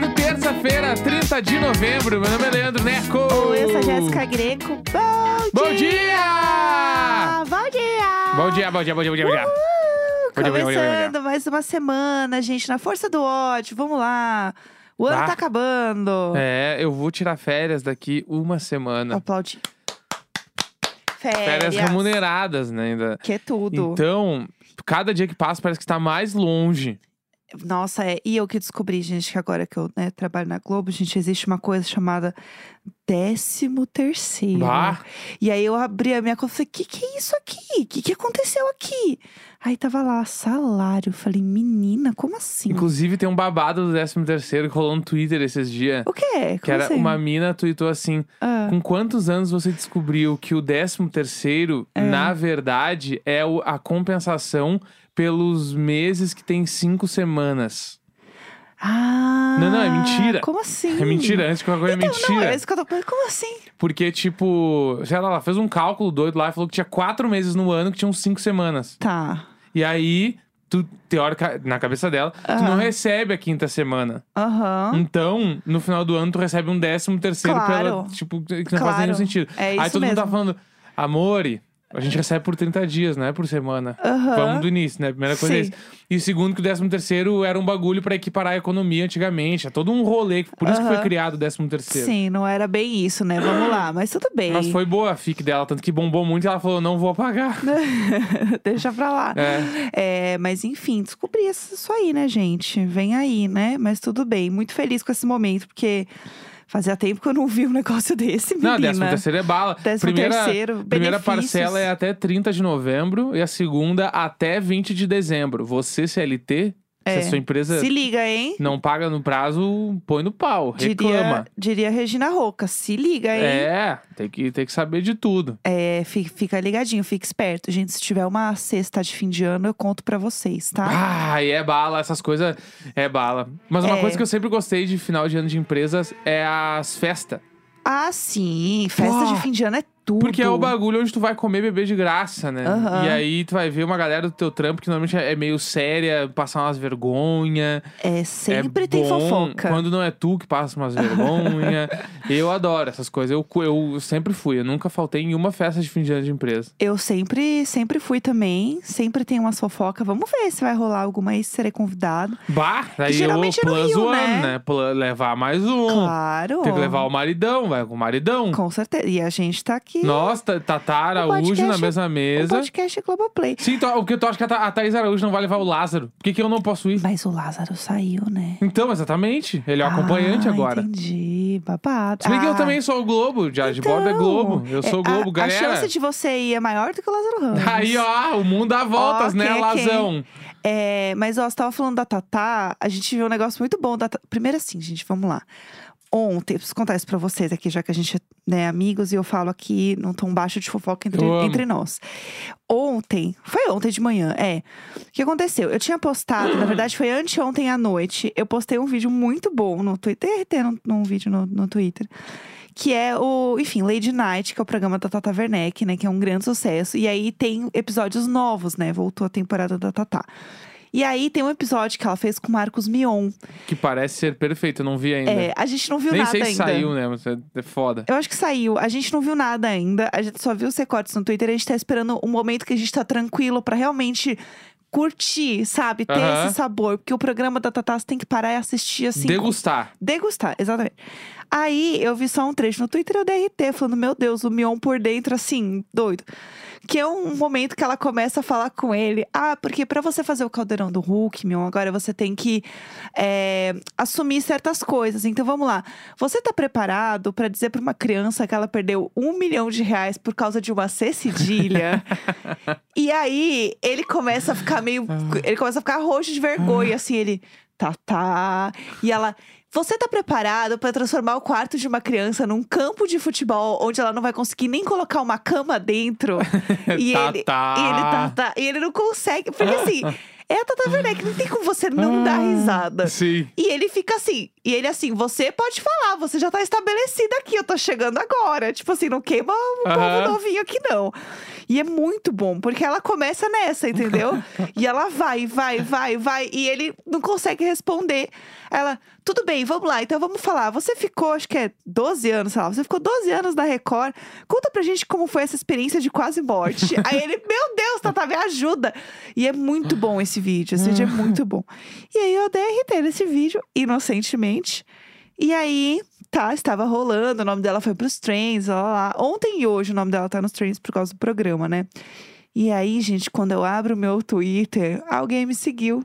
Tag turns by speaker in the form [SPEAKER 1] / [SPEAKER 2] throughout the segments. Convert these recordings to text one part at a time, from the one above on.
[SPEAKER 1] um 30 de novembro. Meu nome é Leandro Neco.
[SPEAKER 2] Oi, eu sou a Jéssica Greco. Bom,
[SPEAKER 1] Bom
[SPEAKER 2] dia!
[SPEAKER 1] dia!
[SPEAKER 2] Bom dia!
[SPEAKER 1] Bom dia, bom dia, bom dia, bom dia.
[SPEAKER 2] Uhul!
[SPEAKER 1] Bom dia. Bom dia, bom dia, bom dia, bom
[SPEAKER 2] Começando mais uma semana, gente, na força do ódio. Vamos lá. O ano
[SPEAKER 1] Tá.
[SPEAKER 2] tá acabando.
[SPEAKER 1] É, né? eu vou tirar férias daqui uma semana.
[SPEAKER 2] Aplaudir.
[SPEAKER 1] Férias
[SPEAKER 2] Férias.
[SPEAKER 1] remuneradas, né? Ainda.
[SPEAKER 2] Que é tudo.
[SPEAKER 1] Então, cada dia que passa parece que está mais longe.
[SPEAKER 2] Nossa, é. E eu que descobri, gente, que agora que eu né, trabalho na Globo, gente, existe uma coisa chamada décimo terceiro.
[SPEAKER 1] Bah,
[SPEAKER 2] E aí eu abri a minha conta e falei, que que é isso aqui? Que que aconteceu aqui? Aí tava lá, salário. Eu Falei, menina, como assim?
[SPEAKER 1] inclusive, tem um babado do 13 terceiro que rolou no Twitter esses dias.
[SPEAKER 2] O quê? Como
[SPEAKER 1] Que era
[SPEAKER 2] assim?
[SPEAKER 1] uma mina tweetou assim:
[SPEAKER 2] Ah.
[SPEAKER 1] Com quantos anos você descobriu que o 13 terceiro,
[SPEAKER 2] É.
[SPEAKER 1] na verdade, é o- a compensação pelos meses que tem cinco semanas?
[SPEAKER 2] Ah,
[SPEAKER 1] Não, não, é mentira.
[SPEAKER 2] Como assim?
[SPEAKER 1] É mentira, antes que uma coisa
[SPEAKER 2] Então,
[SPEAKER 1] é mentira.
[SPEAKER 2] não, é isso que eu tô... Mas Como assim?
[SPEAKER 1] Porque, tipo, sei lá, ela fez um cálculo doido lá e falou que tinha quatro meses no ano que tinham cinco semanas.
[SPEAKER 2] Tá.
[SPEAKER 1] E aí, tu, teórica, na cabeça dela, tu
[SPEAKER 2] Aham.
[SPEAKER 1] não recebe a quinta semana.
[SPEAKER 2] Aham.
[SPEAKER 1] Então, no final do ano, tu recebe um décimo terceiro
[SPEAKER 2] Claro.
[SPEAKER 1] pela. Tipo, que não faz
[SPEAKER 2] Claro.
[SPEAKER 1] nenhum sentido.
[SPEAKER 2] É
[SPEAKER 1] aí
[SPEAKER 2] isso
[SPEAKER 1] todo mundo tá
[SPEAKER 2] mesmo.
[SPEAKER 1] falando, Amore, a gente recebe por 30 dias, não é por semana.
[SPEAKER 2] Aham.
[SPEAKER 1] Vamos do início, né? Primeira coisa é
[SPEAKER 2] Sim.
[SPEAKER 1] isso. E segundo, que o décimo terceiro era um bagulho pra equiparar a economia antigamente. É todo um rolê. Por isso que foi
[SPEAKER 2] Aham.
[SPEAKER 1] criado o décimo terceiro.
[SPEAKER 2] Sim, não era bem isso, né? Vamos lá, mas tudo bem.
[SPEAKER 1] Mas foi boa a fic dela, tanto que bombou muito e ela falou: não vou apagar.
[SPEAKER 2] Deixa pra lá. É, mas enfim, descobri isso aí, né, gente? Vem aí, né? Mas tudo bem. Muito feliz com esse momento, porque fazia tempo que eu não vi um negócio desse, menina.
[SPEAKER 1] Não, décimo terceiro é bala.
[SPEAKER 2] né? Décimo
[SPEAKER 1] primeira,
[SPEAKER 2] terceiro,
[SPEAKER 1] primeira
[SPEAKER 2] benefícios.
[SPEAKER 1] parcela é até 30 de novembro e a segunda até 20 de dezembro. Você, CLT,
[SPEAKER 2] É.
[SPEAKER 1] se a sua empresa
[SPEAKER 2] Se liga, hein?
[SPEAKER 1] não paga no prazo, põe no pau,
[SPEAKER 2] Diria,
[SPEAKER 1] reclama.
[SPEAKER 2] diria Regina Roca. Se liga, hein?
[SPEAKER 1] É, tem que, tem que saber de tudo.
[SPEAKER 2] É, fi- fica ligadinho, fica esperto. Gente, se tiver uma cesta de fim de ano, eu conto pra vocês, tá?
[SPEAKER 1] Ah, e é bala, essas coisas é bala. Mas uma
[SPEAKER 2] É.
[SPEAKER 1] coisa que eu sempre gostei de final de ano de empresas é as festas.
[SPEAKER 2] Ah, sim. Festa
[SPEAKER 1] Pô,
[SPEAKER 2] de fim de ano é tudo.
[SPEAKER 1] Porque é o bagulho onde tu vai comer bebê de graça, né?
[SPEAKER 2] Aham.
[SPEAKER 1] E aí tu vai ver uma galera do teu trampo que normalmente é meio séria, passar umas vergonha.
[SPEAKER 2] É, sempre tem
[SPEAKER 1] bom,
[SPEAKER 2] fofoca.
[SPEAKER 1] Quando não é tu que passa umas vergonha. eu adoro essas coisas. Eu, cu- eu sempre fui. Eu nunca faltei em uma festa de fim de ano de empresa.
[SPEAKER 2] Eu sempre, sempre fui também. Sempre tem umas fofoca. Vamos ver se vai rolar alguma aí, se serei convidado.
[SPEAKER 1] Bah! Aí eu
[SPEAKER 2] geralmente é no
[SPEAKER 1] plus
[SPEAKER 2] Rio,
[SPEAKER 1] one,
[SPEAKER 2] né?
[SPEAKER 1] né? Pla- Levar mais um.
[SPEAKER 2] Claro.
[SPEAKER 1] Tem que levar o maridão, vai com o maridão.
[SPEAKER 2] Com certeza. E a gente tá aqui.
[SPEAKER 1] Nossa, Tatá Araújo
[SPEAKER 2] podcast
[SPEAKER 1] na
[SPEAKER 2] é-
[SPEAKER 1] mesma
[SPEAKER 2] O
[SPEAKER 1] mesa.
[SPEAKER 2] podcast é Globoplay.
[SPEAKER 1] Sim, então, o que tu acha que a Tha- a Thaís Araújo não vai levar o Lázaro? Por que, que eu não posso ir?
[SPEAKER 2] Mas o Lázaro saiu, né?
[SPEAKER 1] Então, exatamente. Ele é o acompanhante
[SPEAKER 2] Ah,
[SPEAKER 1] agora.
[SPEAKER 2] Entendi. Babado.
[SPEAKER 1] Se bem que eu
[SPEAKER 2] Ah,
[SPEAKER 1] também sou o Globo, já de
[SPEAKER 2] então,
[SPEAKER 1] bordo é Globo. Eu sou o
[SPEAKER 2] é,
[SPEAKER 1] Globo,
[SPEAKER 2] a,
[SPEAKER 1] galera.
[SPEAKER 2] A chance de você ir é maior do que o Lázaro Ramos.
[SPEAKER 1] Aí, ó, o mundo dá voltas,
[SPEAKER 2] Ó,
[SPEAKER 1] né,
[SPEAKER 2] quem é
[SPEAKER 1] Lazão?
[SPEAKER 2] É, mas, ó, você tava falando da Tatá, a gente viu um negócio muito bom da Tatá. Primeiro assim, gente, vamos lá. Ontem, preciso contar isso pra vocês aqui, já que a gente é né, amigos e eu falo aqui num tom baixo de fofoca entre,
[SPEAKER 1] Eu amo.
[SPEAKER 2] entre nós. Ontem, foi ontem de manhã, é. O que aconteceu? Eu tinha postado, na verdade foi anteontem à noite, eu postei um vídeo muito bom no Twitter, tem num, num vídeo no, no Twitter. Que é o, enfim, Lady Night, que é o programa da Tata Werneck, né? Que é um grande sucesso. E aí tem episódios novos, né? Voltou a temporada da Tata. E aí tem um episódio que ela fez com o Marcos Mion.
[SPEAKER 1] Que parece ser perfeito, eu não vi ainda.
[SPEAKER 2] É, a gente não viu
[SPEAKER 1] Nem
[SPEAKER 2] nada
[SPEAKER 1] sei se
[SPEAKER 2] ainda.
[SPEAKER 1] saiu, né, mas é é foda.
[SPEAKER 2] Eu acho que saiu. A gente não viu nada ainda. A gente só viu os recortes no Twitter. A gente tá esperando um momento que a gente tá tranquilo pra realmente curtir, sabe? Ter
[SPEAKER 1] Aham.
[SPEAKER 2] esse sabor. Porque o programa da Tatá você tem que parar e assistir assim. com-
[SPEAKER 1] Degustar.
[SPEAKER 2] Degustar, exatamente. Aí eu vi só um trecho no Twitter e eu DRT, falando, meu Deus, o Mion por dentro, assim, doido. Que é um momento que ela começa a falar com ele. Ah, porque pra você fazer o caldeirão do Hulk, Mion, agora você tem que é, assumir certas coisas. Então vamos lá. Você tá preparado pra dizer pra uma criança que ela perdeu um milhão de reais por causa de uma C cedilha? e aí ele começa a ficar meio.
[SPEAKER 1] Ah.
[SPEAKER 2] Ele começa a ficar roxo de vergonha, assim, ele. Tá, tá. E ela. Você tá preparado pra transformar o quarto de uma criança num campo de futebol onde ela não vai conseguir nem colocar uma cama dentro? e,
[SPEAKER 1] Tá,
[SPEAKER 2] ele,
[SPEAKER 1] tá.
[SPEAKER 2] e ele tá, tá. E ele não consegue. Porque assim, é a Tata Werneck, não tem como você não
[SPEAKER 1] Ah.
[SPEAKER 2] dar risada.
[SPEAKER 1] Sim.
[SPEAKER 2] E ele fica assim, e ele assim, você pode falar, você já tá estabelecida aqui, eu tô chegando agora. Tipo assim, não queima um
[SPEAKER 1] Aham.
[SPEAKER 2] povo novinho aqui, não. E é muito bom, porque ela começa nessa, entendeu? e ela vai, vai, vai, vai, e ele não consegue responder. Ela, Tudo bem, vamos lá. Então vamos falar. Você ficou, acho que é 12 anos, sei lá. Você ficou 12 anos na Record. Conta pra gente como foi essa experiência de quase morte. Aí ele, meu Deus, Tata, me ajuda. E é muito bom esse vídeo. Esse vídeo é muito bom. E aí eu DRT nesse vídeo, inocentemente. E aí, tá, estava rolando. O nome dela foi pros trends, lá, lá, lá. Ontem e hoje o nome dela tá nos trends por causa do programa, né? E aí, gente, quando eu abro o meu Twitter, alguém me seguiu.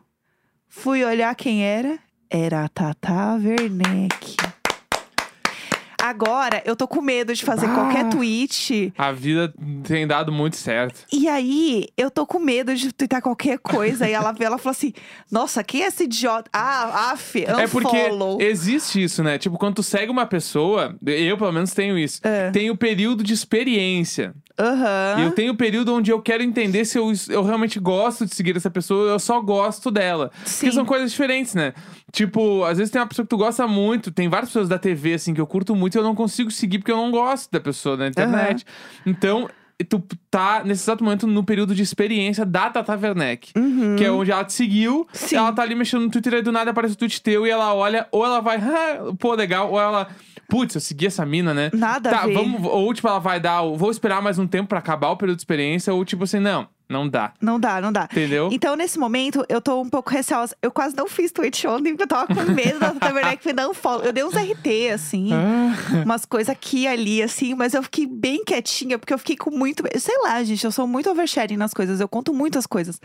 [SPEAKER 2] Fui olhar quem era. Era a Tata Werneck. Agora, eu tô com medo de fazer
[SPEAKER 1] Bah!
[SPEAKER 2] qualquer tweet.
[SPEAKER 1] A vida tem dado muito certo.
[SPEAKER 2] E aí, eu tô com medo de twittar qualquer coisa. e ela vê, ela fala assim: Nossa, quem é esse idiota? Ah, af,
[SPEAKER 1] É porque
[SPEAKER 2] unfollow.
[SPEAKER 1] existe isso, né? Tipo, quando tu segue uma pessoa, eu pelo menos tenho isso.
[SPEAKER 2] É.
[SPEAKER 1] Tem o período de experiência.
[SPEAKER 2] Aham.
[SPEAKER 1] E eu tenho o período onde eu quero entender se eu, eu realmente gosto de seguir essa pessoa ou eu só gosto dela.
[SPEAKER 2] Sim.
[SPEAKER 1] Porque são coisas diferentes, né? Tipo, às vezes tem uma pessoa que tu gosta muito, tem várias pessoas da TV, assim, que eu curto muito e eu não consigo seguir porque eu não gosto da pessoa na internet. Então, tu tá, nesse exato momento, no período de experiência da Tata Werneck. Que é onde ela te seguiu,
[SPEAKER 2] Uhum. Sim.
[SPEAKER 1] ela tá ali mexendo no Twitter e do nada aparece o tweet teu e ela olha, ou ela vai, "Ah, pô, legal, ou ela, putz, eu segui essa mina, né?
[SPEAKER 2] Nada a
[SPEAKER 1] tá,
[SPEAKER 2] ver.
[SPEAKER 1] vamos. Ou, tipo, ela vai dar. o- Vou esperar mais um tempo pra acabar o período de experiência, ou, tipo assim, não, não dá.
[SPEAKER 2] Não dá, não dá.
[SPEAKER 1] Entendeu?
[SPEAKER 2] Então, nesse momento, eu tô um pouco receosa. Eu quase não fiz tweet ontem, porque eu tava com medo da Tata Werneck me dar um follow. Eu dei uns RT, assim,
[SPEAKER 1] Ah,
[SPEAKER 2] umas coisas aqui e ali, assim, mas eu fiquei bem quietinha, porque eu fiquei com muito. eu Sei lá, gente, eu sou muito oversharing nas coisas, eu conto muitas coisas.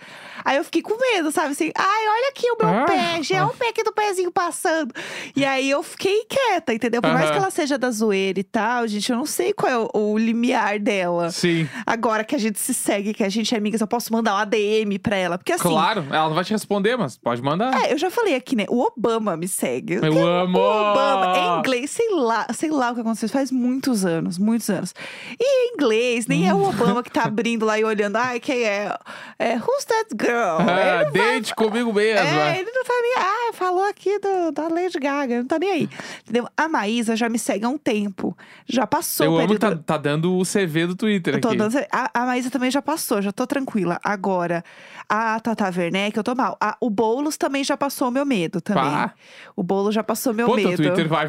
[SPEAKER 2] Aí eu fiquei com medo, sabe? Assim, ai, olha aqui o meu
[SPEAKER 1] Ah.
[SPEAKER 2] pé, já é um pé aqui do pezinho passando. E aí eu fiquei quieta, entendeu? Por mais
[SPEAKER 1] Aham.
[SPEAKER 2] que ela seja da zoeira e tal, gente, eu não sei qual é o, o limiar dela.
[SPEAKER 1] Sim.
[SPEAKER 2] Agora que a gente se segue, que a gente é amigas, eu posso mandar uma DM pra ela. Porque assim.
[SPEAKER 1] Claro, ela não vai te responder, mas pode mandar.
[SPEAKER 2] É, eu já falei aqui, né? O Obama me segue.
[SPEAKER 1] Eu amo!
[SPEAKER 2] O Obama, em inglês, sei lá, sei lá o que aconteceu. Faz muitos anos, muitos anos. E em inglês, nem é o Obama que tá abrindo lá e olhando, ai, quem é? É, who's that girl?
[SPEAKER 1] Ah,
[SPEAKER 2] Ele não vai-
[SPEAKER 1] dente comigo mesmo.
[SPEAKER 2] é, ele não tá nem. Ah, falou aqui do, da Lady Gaga, não tá nem aí. Entendeu? A Maísa já me segue há um tempo. Já passou
[SPEAKER 1] eu
[SPEAKER 2] o
[SPEAKER 1] amo que
[SPEAKER 2] período.
[SPEAKER 1] tá, tá dando o CV do Twitter
[SPEAKER 2] Eu tô
[SPEAKER 1] aqui.
[SPEAKER 2] dando- a, a Maísa também já passou, já tô tranquila. Agora, a Tata Werneck, eu tô mal. A- o Boulos também já passou o meu medo também.
[SPEAKER 1] Pá.
[SPEAKER 2] O Boulos já passou o meu
[SPEAKER 1] Pô, teu
[SPEAKER 2] medo.
[SPEAKER 1] Twitter vai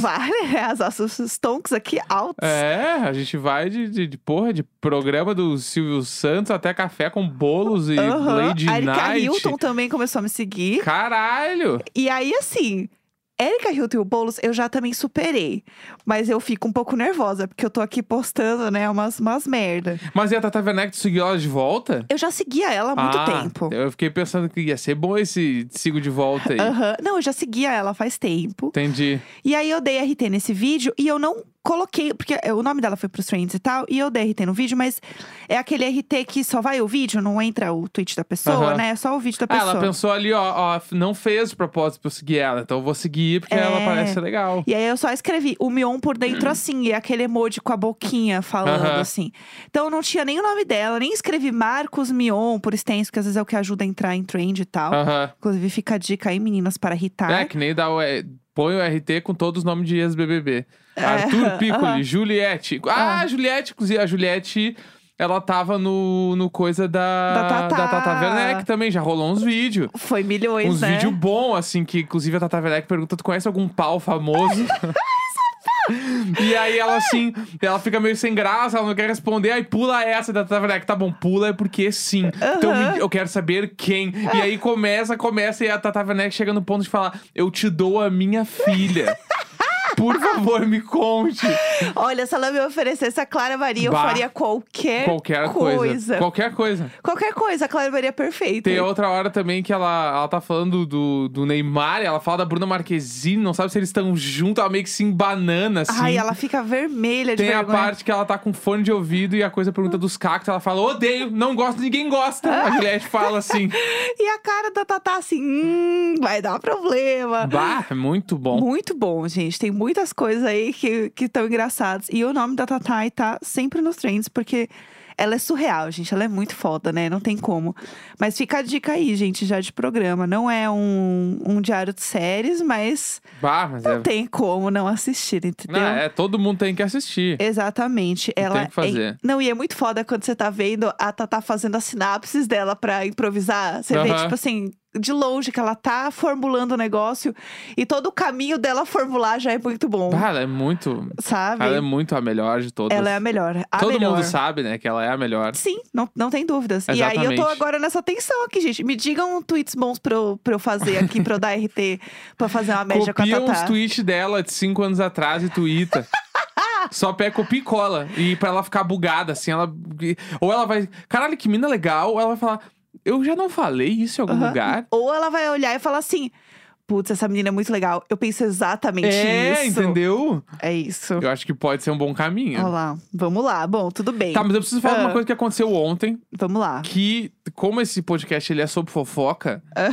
[SPEAKER 2] Vale, as assuntos stonks aqui altos.
[SPEAKER 1] É, a gente vai de, de, de porra, de programa do Silvio Santos até café com bolos e
[SPEAKER 2] Aham.
[SPEAKER 1] Lady
[SPEAKER 2] A Erika
[SPEAKER 1] Night.
[SPEAKER 2] Hilton também começou a me seguir.
[SPEAKER 1] Caralho!
[SPEAKER 2] E aí, assim, Erika Hilton e o Boulos eu já também superei. Mas eu fico um pouco nervosa, porque eu tô aqui postando, né, umas, umas merda.
[SPEAKER 1] Mas e a Tata Werneck, tu seguiu ela de volta?
[SPEAKER 2] Eu já seguia ela há muito
[SPEAKER 1] Ah,
[SPEAKER 2] tempo.
[SPEAKER 1] Eu fiquei pensando que ia ser bom esse sigo de volta aí.
[SPEAKER 2] Aham. Não, eu já seguia ela faz tempo.
[SPEAKER 1] Entendi.
[SPEAKER 2] E aí eu dei RT nesse vídeo e eu não coloquei, porque eh, o nome dela foi pros trends e tal, e eu dei RT no vídeo, mas é aquele RT que só vai o vídeo, não entra o tweet da pessoa,
[SPEAKER 1] Aham.
[SPEAKER 2] né? É só o vídeo da
[SPEAKER 1] Ah,
[SPEAKER 2] pessoa.
[SPEAKER 1] ela pensou ali, ó, ó, f- não fez o propósito pra eu seguir ela, então eu vou seguir porque
[SPEAKER 2] É.
[SPEAKER 1] ela parece ser legal.
[SPEAKER 2] E aí eu só escrevi o Mion por dentro assim, e aquele emoji com a boquinha falando
[SPEAKER 1] Aham.
[SPEAKER 2] assim. Então eu não tinha nem o nome dela, nem escrevi Marcos Mion por extenso, que às vezes é o que ajuda a entrar em trend e tal.
[SPEAKER 1] Aham.
[SPEAKER 2] Inclusive, fica a dica aí, meninas, para irritar.
[SPEAKER 1] É, que nem dá o. é, Põe o RT com todos os nomes de ex-BBB. Arthur Piccoli,
[SPEAKER 2] É. aham.
[SPEAKER 1] Juliette. Ah, a Juliette, inclusive, a Juliette, ela tava no, no coisa da,
[SPEAKER 2] Da Tata.
[SPEAKER 1] Tata Werneck também, já rolou uns vídeos.
[SPEAKER 2] Foi milhões,
[SPEAKER 1] Uns
[SPEAKER 2] né?
[SPEAKER 1] vídeos bons, assim, que inclusive a Tata Werneck pergunta: tu conhece algum pau famoso? e aí ela assim, ela fica meio sem graça, ela não quer responder, aí pula essa da Tata Werneck. Tá bom, pula é porque sim. Então
[SPEAKER 2] Aham.
[SPEAKER 1] me- eu quero saber quem. E aí começa, começa, e a Tata Werneck chega no ponto de falar: eu te dou a minha filha. Por favor, me conte.
[SPEAKER 2] Olha, se ela me oferecesse a Clara Maria, eu
[SPEAKER 1] Bah.
[SPEAKER 2] faria qualquer,
[SPEAKER 1] Qualquer coisa. Qualquer coisa.
[SPEAKER 2] Qualquer coisa, a Clara Maria é perfeita.
[SPEAKER 1] Tem outra hora também que ela, ela tá falando do, do Neymar, ela fala da Bruna Marquezine, não sabe se eles estão juntos, ela meio que se embanana, assim.
[SPEAKER 2] Ai, ela fica vermelha de
[SPEAKER 1] Tem a
[SPEAKER 2] vergonha.
[SPEAKER 1] parte que ela tá com fone de ouvido e a coisa pergunta dos cactos, ela fala, odeio, não gosto, ninguém gosta. A Juliette fala assim,
[SPEAKER 2] E a cara da Tatá assim, hum, vai dar problema.
[SPEAKER 1] bah, é muito bom.
[SPEAKER 2] Muito bom, gente. Tem muitas coisas aí que estão engraçadas. E o nome da Tatá tá sempre nos trends, porque ela é surreal, gente. Ela é muito foda, né? Não tem como. Mas fica a dica aí, gente, já de programa. Não é um, um diário de séries, mas
[SPEAKER 1] Bah, mas
[SPEAKER 2] não
[SPEAKER 1] é...
[SPEAKER 2] tem como não assistir, entendeu? É
[SPEAKER 1] Não, é, todo mundo tem que assistir.
[SPEAKER 2] Exatamente. Ela
[SPEAKER 1] tem que fazer.
[SPEAKER 2] é- Não, e é muito foda quando você tá vendo a Tatá fazendo as sinapses dela pra improvisar. Você vê,
[SPEAKER 1] Aham.
[SPEAKER 2] tipo assim, de longe que ela tá formulando o negócio e todo o caminho dela formular já é muito bom,
[SPEAKER 1] Ah, ela é muito.
[SPEAKER 2] sabe?
[SPEAKER 1] Ela é muito a melhor de todas.
[SPEAKER 2] Ela é a melhor. A
[SPEAKER 1] Todo
[SPEAKER 2] melhor.
[SPEAKER 1] mundo sabe, né, que ela é a melhor.
[SPEAKER 2] Sim, não, não tem dúvidas. E aí eu tô
[SPEAKER 1] Exatamente.
[SPEAKER 2] agora nessa tensão aqui, gente. Me digam tweets bons pra eu, pra eu fazer aqui, pra eu dar RT, pra fazer uma média
[SPEAKER 1] Copia
[SPEAKER 2] com a
[SPEAKER 1] uns
[SPEAKER 2] Tatá.
[SPEAKER 1] tweets dela de cinco anos atrás e tuita. Só pega, copia e cola. E pra ela ficar bugada, assim, ela. Ou ela vai. Caralho, que mina legal. Ou ela vai falar. Eu já não falei isso em algum
[SPEAKER 2] Aham.
[SPEAKER 1] lugar.
[SPEAKER 2] Ou ela vai olhar e falar assim: putz, essa menina é muito legal. Eu penso exatamente
[SPEAKER 1] É,
[SPEAKER 2] isso.
[SPEAKER 1] entendeu?
[SPEAKER 2] É isso.
[SPEAKER 1] Eu acho que pode ser um bom
[SPEAKER 2] Olha
[SPEAKER 1] caminho.
[SPEAKER 2] lá. Vamos lá. Bom, tudo bem.
[SPEAKER 1] Tá, mas eu preciso falar
[SPEAKER 2] Ah.
[SPEAKER 1] uma coisa que aconteceu ontem.
[SPEAKER 2] Vamos lá.
[SPEAKER 1] que, como esse podcast ele é sobre fofoca,
[SPEAKER 2] Ah.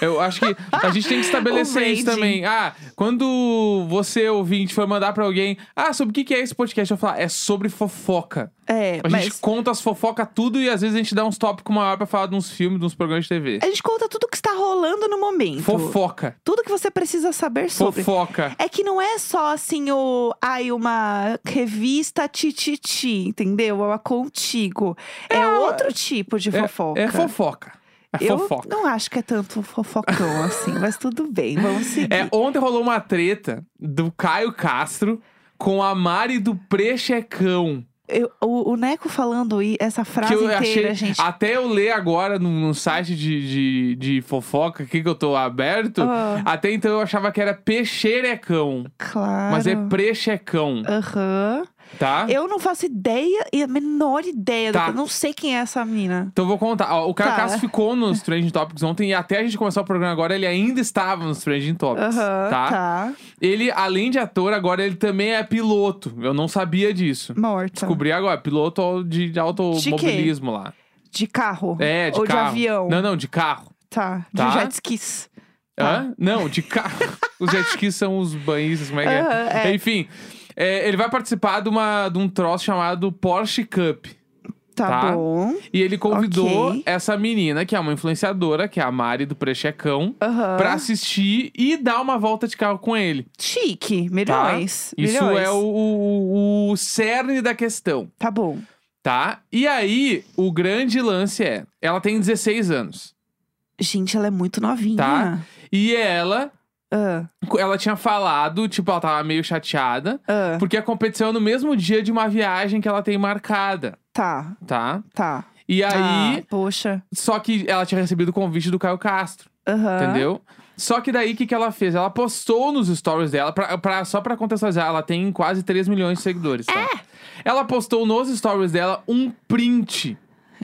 [SPEAKER 1] eu acho que a gente tem que
[SPEAKER 2] O
[SPEAKER 1] estabelecer
[SPEAKER 2] rating.
[SPEAKER 1] isso também. Ah, quando você, ouvinte, for mandar pra alguém, ah, sobre o que que é esse podcast? Eu falar, é sobre fofoca.
[SPEAKER 2] É,
[SPEAKER 1] A
[SPEAKER 2] mas.
[SPEAKER 1] gente conta as fofocas tudo e às vezes a gente dá uns tópicos maior pra falar de uns filmes, de uns programas de TV.
[SPEAKER 2] A gente conta tudo que está rolando no momento.
[SPEAKER 1] Fofoca.
[SPEAKER 2] Tudo que você precisa saber sobre.
[SPEAKER 1] Fofoca.
[SPEAKER 2] É que não é só assim o. Ai, uma revista tititi, entendeu? É uma contigo. É, outro tipo de fofoca.
[SPEAKER 1] É fofoca. É
[SPEAKER 2] Eu
[SPEAKER 1] fofoca.
[SPEAKER 2] não acho que é tanto fofocão assim, mas tudo bem, vamos seguir.
[SPEAKER 1] É, ontem rolou uma treta do Caio Castro com a Mari do é Prechecão.
[SPEAKER 2] Eu- o, o Neco falando aí essa frase
[SPEAKER 1] que eu
[SPEAKER 2] inteira,
[SPEAKER 1] achei,
[SPEAKER 2] gente.
[SPEAKER 1] Até eu ler agora no, no site de, de, de fofoca aqui que eu tô aberto,
[SPEAKER 2] Ah.
[SPEAKER 1] até então eu achava que era peixerecão.
[SPEAKER 2] Claro.
[SPEAKER 1] Mas é prechecão,
[SPEAKER 2] Aham.
[SPEAKER 1] tá?
[SPEAKER 2] Eu não faço ideia, e a menor ideia. do
[SPEAKER 1] Tá.
[SPEAKER 2] que- eu não sei quem é essa menina.
[SPEAKER 1] Então eu vou contar. Ó, o Caio
[SPEAKER 2] Tá.
[SPEAKER 1] Castro ficou nos Trending Topics ontem e até a gente começar o programa agora, ele ainda estava nos Trending Topics,
[SPEAKER 2] Aham,
[SPEAKER 1] tá?
[SPEAKER 2] tá.
[SPEAKER 1] Ele, além de ator, agora ele também é piloto. Eu não sabia disso.
[SPEAKER 2] Morta.
[SPEAKER 1] Descobri agora, piloto de, de automobilismo lá.
[SPEAKER 2] De carro.
[SPEAKER 1] É, de
[SPEAKER 2] Ou
[SPEAKER 1] carro.
[SPEAKER 2] de avião.
[SPEAKER 1] Não, não, de carro.
[SPEAKER 2] Tá. De
[SPEAKER 1] Tá.
[SPEAKER 2] jet skis. Tá.
[SPEAKER 1] Hã? Não, de carro. os jet skis são os banhistas, como é que é?
[SPEAKER 2] Aham, é.
[SPEAKER 1] Enfim, é, ele vai participar de, uma, de um troço chamado Porsche Cup.
[SPEAKER 2] Tá,
[SPEAKER 1] Tá.
[SPEAKER 2] bom.
[SPEAKER 1] E ele convidou
[SPEAKER 2] Ok.
[SPEAKER 1] essa menina, que é uma influenciadora, que é a Mari do Prechecão,
[SPEAKER 2] Aham.
[SPEAKER 1] pra assistir e dar uma volta de carro com ele.
[SPEAKER 2] Chique.
[SPEAKER 1] Tá?
[SPEAKER 2] Milhões.
[SPEAKER 1] Isso
[SPEAKER 2] milhões.
[SPEAKER 1] é o, o, o cerne da questão,
[SPEAKER 2] Tá bom.
[SPEAKER 1] tá? E aí, o grande lance é: ela tem 16 anos.
[SPEAKER 2] Gente, ela é muito novinha.
[SPEAKER 1] Tá. E ela,
[SPEAKER 2] Ah,
[SPEAKER 1] ela tinha falado, tipo, ela tava meio chateada.
[SPEAKER 2] ah,
[SPEAKER 1] Porque a competição é no mesmo dia de uma viagem que ela tem marcada,
[SPEAKER 2] tá,
[SPEAKER 1] tá?
[SPEAKER 2] tá.
[SPEAKER 1] E aí,
[SPEAKER 2] Ah, poxa.
[SPEAKER 1] só que ela tinha recebido o convite do Caio Castro,
[SPEAKER 2] Aham.
[SPEAKER 1] entendeu? Só que daí, o que, que ela fez? Ela postou nos stories dela, pra, pra- só pra contextualizar, ela tem quase 3 milhões de seguidores, tá?
[SPEAKER 2] É?
[SPEAKER 1] Ela postou nos stories dela um print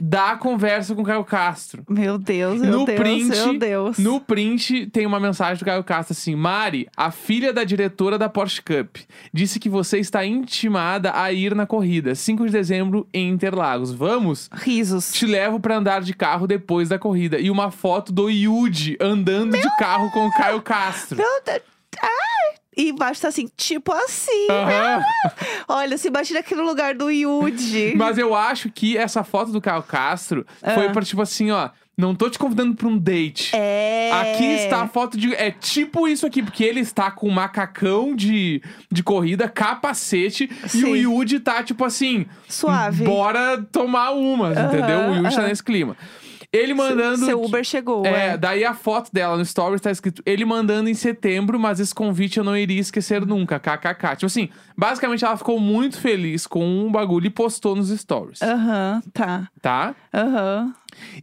[SPEAKER 1] da conversa com o Caio Castro.
[SPEAKER 2] Meu Deus, meu
[SPEAKER 1] No
[SPEAKER 2] Deus,
[SPEAKER 1] print,
[SPEAKER 2] meu Deus.
[SPEAKER 1] No print tem uma mensagem do Caio Castro assim: Mari, a filha da diretora da Porsche Cup, disse que você está intimada a ir na corrida, 5 de dezembro em Interlagos. Vamos?
[SPEAKER 2] Risos.
[SPEAKER 1] Te levo pra andar de carro depois da corrida. E uma foto do Yudi andando de carro com o Caio Castro.
[SPEAKER 2] Meu Deus. tá, Ai! E embaixo tá assim, tipo assim.
[SPEAKER 1] Aham.
[SPEAKER 2] Olha, se imagina aqui no lugar do Yudi.
[SPEAKER 1] Mas eu acho que essa foto do Caio Castro foi
[SPEAKER 2] Ah.
[SPEAKER 1] pra tipo assim: ó, não tô te convidando pra um date.
[SPEAKER 2] É.
[SPEAKER 1] Aqui está a foto de. É tipo isso aqui, porque ele está com um macacão de, de corrida, capacete, e o
[SPEAKER 2] Sim.
[SPEAKER 1] Yudi tá tipo assim.
[SPEAKER 2] Suave.
[SPEAKER 1] Bora tomar umas,
[SPEAKER 2] Aham,
[SPEAKER 1] entendeu? O Yudi tá
[SPEAKER 2] aham.
[SPEAKER 1] nesse clima. Ele mandando.
[SPEAKER 2] Seu Uber chegou.
[SPEAKER 1] É,
[SPEAKER 2] É.
[SPEAKER 1] daí a foto dela no stories tá escrito ele mandando em setembro, mas esse convite eu não iria esquecer nunca, kkk. Tipo assim, basicamente ela ficou muito feliz com o bagulho e postou nos stories,
[SPEAKER 2] Aham, tá.
[SPEAKER 1] tá?
[SPEAKER 2] Aham.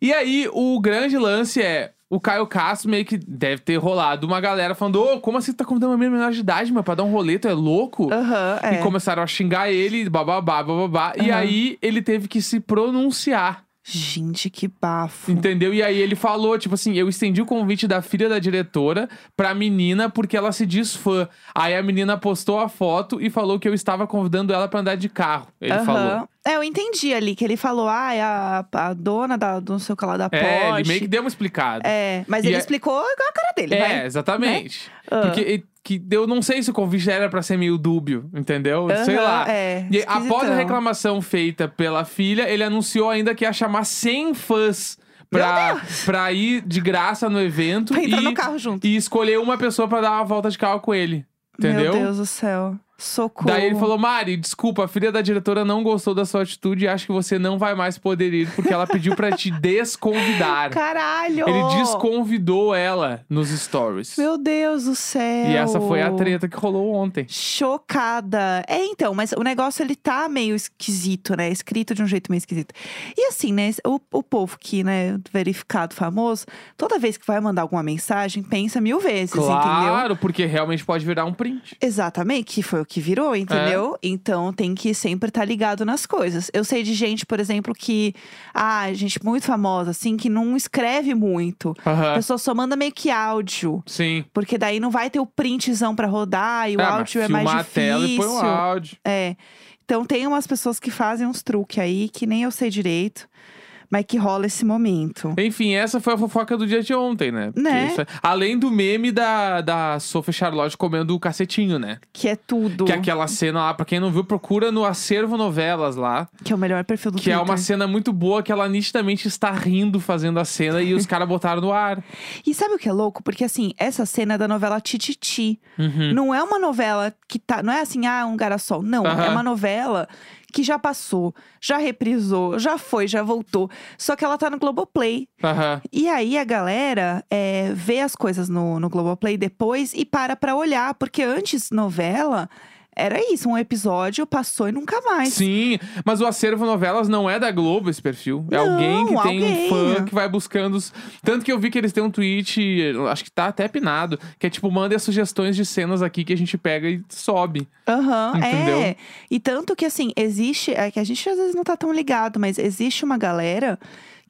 [SPEAKER 1] E aí, o grande lance é. O Caio Castro meio que deve ter rolado uma galera falando: Ô, como assim tu tá convidando uma menina menor de idade, meu, pra dar um rolê, tu é louco?
[SPEAKER 2] Aham, é.
[SPEAKER 1] E começaram a xingar ele, bababá, bababá. E
[SPEAKER 2] Aham.
[SPEAKER 1] aí, ele teve que se pronunciar,
[SPEAKER 2] Gente, que bafo.
[SPEAKER 1] entendeu? E aí, ele falou: tipo assim, eu estendi o convite da filha da diretora pra menina porque ela se diz fã. Aí a menina postou a foto e falou que eu estava convidando ela pra andar de carro. Ele
[SPEAKER 2] Aham.
[SPEAKER 1] falou.
[SPEAKER 2] É, eu entendi ali que ele falou, ah, é a, a dona da, do não sei o que lá da
[SPEAKER 1] É,
[SPEAKER 2] Porsche.
[SPEAKER 1] ele meio que deu uma explicada.
[SPEAKER 2] É, mas
[SPEAKER 1] E
[SPEAKER 2] ele
[SPEAKER 1] é-
[SPEAKER 2] explicou igual a cara dele,
[SPEAKER 1] É,
[SPEAKER 2] vai. né?
[SPEAKER 1] exatamente.
[SPEAKER 2] Ah.
[SPEAKER 1] Porque e- que eu não sei se o convite era pra ser meio dúbio, entendeu? sei
[SPEAKER 2] Aham,
[SPEAKER 1] lá.
[SPEAKER 2] É,
[SPEAKER 1] E após a
[SPEAKER 2] esquisitão.
[SPEAKER 1] reclamação feita pela filha, ele anunciou ainda que ia chamar 100 fãs pra, pra ir de graça no evento
[SPEAKER 2] Pra entrar
[SPEAKER 1] e,
[SPEAKER 2] no carro junto.
[SPEAKER 1] e escolher uma pessoa pra dar uma volta de carro com ele. Entendeu?
[SPEAKER 2] Meu Deus do céu. Socorro.
[SPEAKER 1] Daí ele falou, Mari, desculpa, a filha da diretora não gostou da sua atitude e acha que você não vai mais poder ir, porque ela pediu pra te desconvidar.
[SPEAKER 2] Caralho!
[SPEAKER 1] Ele desconvidou ela nos stories.
[SPEAKER 2] Meu Deus do céu.
[SPEAKER 1] E essa foi a treta que rolou ontem.
[SPEAKER 2] Chocada. É, então, mas o negócio ele tá meio esquisito, né? Escrito de um jeito meio esquisito. E assim, né? O, o povo que, né, verificado famoso, toda vez que vai mandar alguma mensagem, pensa mil vezes, entendeu?
[SPEAKER 1] Claro, porque realmente pode virar um print.
[SPEAKER 2] Exatamente, que foi o que virou, entendeu?
[SPEAKER 1] É.
[SPEAKER 2] Então tem que sempre estar ligado nas coisas. Eu sei de gente, por exemplo, que. Ah, gente muito famosa, assim, que não escreve muito. A
[SPEAKER 1] Aham.
[SPEAKER 2] pessoa só manda meio que áudio.
[SPEAKER 1] Sim.
[SPEAKER 2] Porque daí não vai ter o printzão pra rodar e o
[SPEAKER 1] Ah, mas
[SPEAKER 2] áudio é
[SPEAKER 1] filmar
[SPEAKER 2] mais
[SPEAKER 1] a tela e
[SPEAKER 2] difícil.
[SPEAKER 1] põe um áudio.
[SPEAKER 2] É. Então tem umas pessoas que fazem uns truques aí que nem eu sei direito, mas que rola esse momento.
[SPEAKER 1] Enfim, essa foi a fofoca do dia de ontem, né? Porque
[SPEAKER 2] Né?
[SPEAKER 1] isso é- Além do meme da, da Sophie Charlotte comendo o cacetinho, né?
[SPEAKER 2] Que é tudo.
[SPEAKER 1] Que é aquela cena lá, pra quem não viu, procura no acervo novelas lá.
[SPEAKER 2] que é o melhor perfil do
[SPEAKER 1] Que é uma
[SPEAKER 2] Twitter.
[SPEAKER 1] cena muito boa que ela nitidamente está rindo fazendo a cena e os caras botaram no ar.
[SPEAKER 2] E sabe o que é louco? Porque assim, essa cena é da novela Tititi.
[SPEAKER 1] Uhum.
[SPEAKER 2] Não é uma novela que tá. Não é assim, ah, um garaçol. Não.
[SPEAKER 1] Aham.
[SPEAKER 2] É uma novela que já passou, já reprisou, já foi, já voltou. Só que ela tá no Globoplay.
[SPEAKER 1] Aham.
[SPEAKER 2] E aí a galera é, vê as coisas no, no Globoplay depois e para pra olhar, porque antes novela era isso, um episódio passou e nunca mais.
[SPEAKER 1] Sim, mas o acervo novelas não é da Globo esse perfil. É
[SPEAKER 2] Não,
[SPEAKER 1] alguém que tem
[SPEAKER 2] alguém.
[SPEAKER 1] um fã que vai buscando. Os... Tanto que eu vi que eles têm um tweet, acho que tá até pinado, que é tipo, manda sugestões de cenas aqui que a gente pega e sobe.
[SPEAKER 2] Aham, é.
[SPEAKER 1] Entendeu?
[SPEAKER 2] E tanto que assim, existe, é que a gente às vezes não tá tão ligado, mas existe uma galera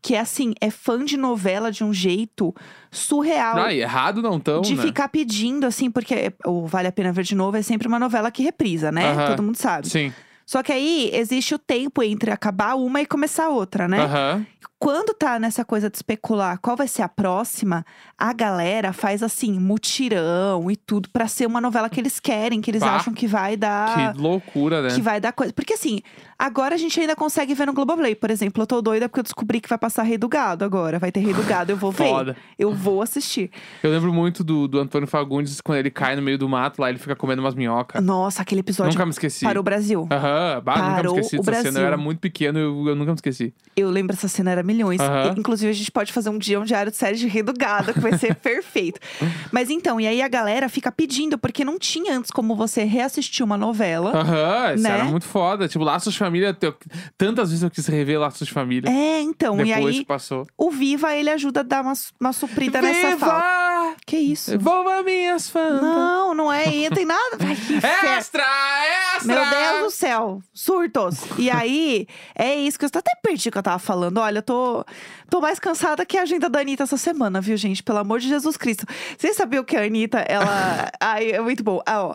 [SPEAKER 2] que é assim, é fã de novela de um jeito surreal.
[SPEAKER 1] Ah, e errado não tão,
[SPEAKER 2] de
[SPEAKER 1] né?
[SPEAKER 2] ficar pedindo, assim, porque o Vale a Pena Ver de Novo é sempre uma novela que reprisa, né?
[SPEAKER 1] Aham.
[SPEAKER 2] Todo mundo sabe.
[SPEAKER 1] Sim.
[SPEAKER 2] Só que aí existe o tempo entre acabar uma e começar outra, né?
[SPEAKER 1] Aham.
[SPEAKER 2] Quando tá nessa coisa de especular qual vai ser a próxima, a galera faz assim, mutirão e tudo pra ser uma novela que eles querem, que eles
[SPEAKER 1] Pá.
[SPEAKER 2] acham que vai dar.
[SPEAKER 1] Que loucura, né?
[SPEAKER 2] Que vai dar coisa. Porque assim, agora a gente ainda consegue ver no Globoplay. Por exemplo, eu tô doida porque eu descobri que vai passar Rei do Gado agora. Vai ter Rei do Gado, eu vou ver.
[SPEAKER 1] Foda.
[SPEAKER 2] Eu vou assistir.
[SPEAKER 1] Eu lembro muito do, do Antônio Fagundes quando ele cai no meio do mato lá, ele fica comendo umas minhocas.
[SPEAKER 2] Nossa, aquele episódio
[SPEAKER 1] É. Nunca me esqueci.
[SPEAKER 2] para o Brasil.
[SPEAKER 1] Aham, bah, nunca
[SPEAKER 2] Parou
[SPEAKER 1] me esqueci
[SPEAKER 2] o
[SPEAKER 1] dessa cena.
[SPEAKER 2] Brasil.
[SPEAKER 1] Eu era muito pequeno, eu, eu nunca me esqueci.
[SPEAKER 2] Eu lembro essa cena, era milhões.
[SPEAKER 1] Aham.
[SPEAKER 2] E, Inclusive, a gente pode fazer um dia um diário de série de Rei do Gado, que vai ser perfeito. Mas então, e aí a galera fica pedindo, porque não tinha antes como você reassistir uma novela.
[SPEAKER 1] Aham, isso
[SPEAKER 2] Né?
[SPEAKER 1] era muito foda. Tipo, Laços de Família, eu- tantas vezes eu quis rever Laços de Família.
[SPEAKER 2] É, então,
[SPEAKER 1] depois
[SPEAKER 2] e aí
[SPEAKER 1] que passou.
[SPEAKER 2] o Viva, ele ajuda a dar uma, uma suprida nessa falta.
[SPEAKER 1] Viva!
[SPEAKER 2] Que isso?
[SPEAKER 1] Envolva minhas fãs.
[SPEAKER 2] Não, não é, e não tem nada. Ai, que inferno.
[SPEAKER 1] Extra! Extra!
[SPEAKER 2] Meu Deus do céu, surtos. E aí, é isso que eu até perdi o que eu tava falando. Olha, eu tô, tô mais cansada que a agenda da Anitta essa semana, viu, gente? Pelo amor de Jesus Cristo. Vocês sabiam que a Anitta, ela. Ai, é muito bom. Ah, ó,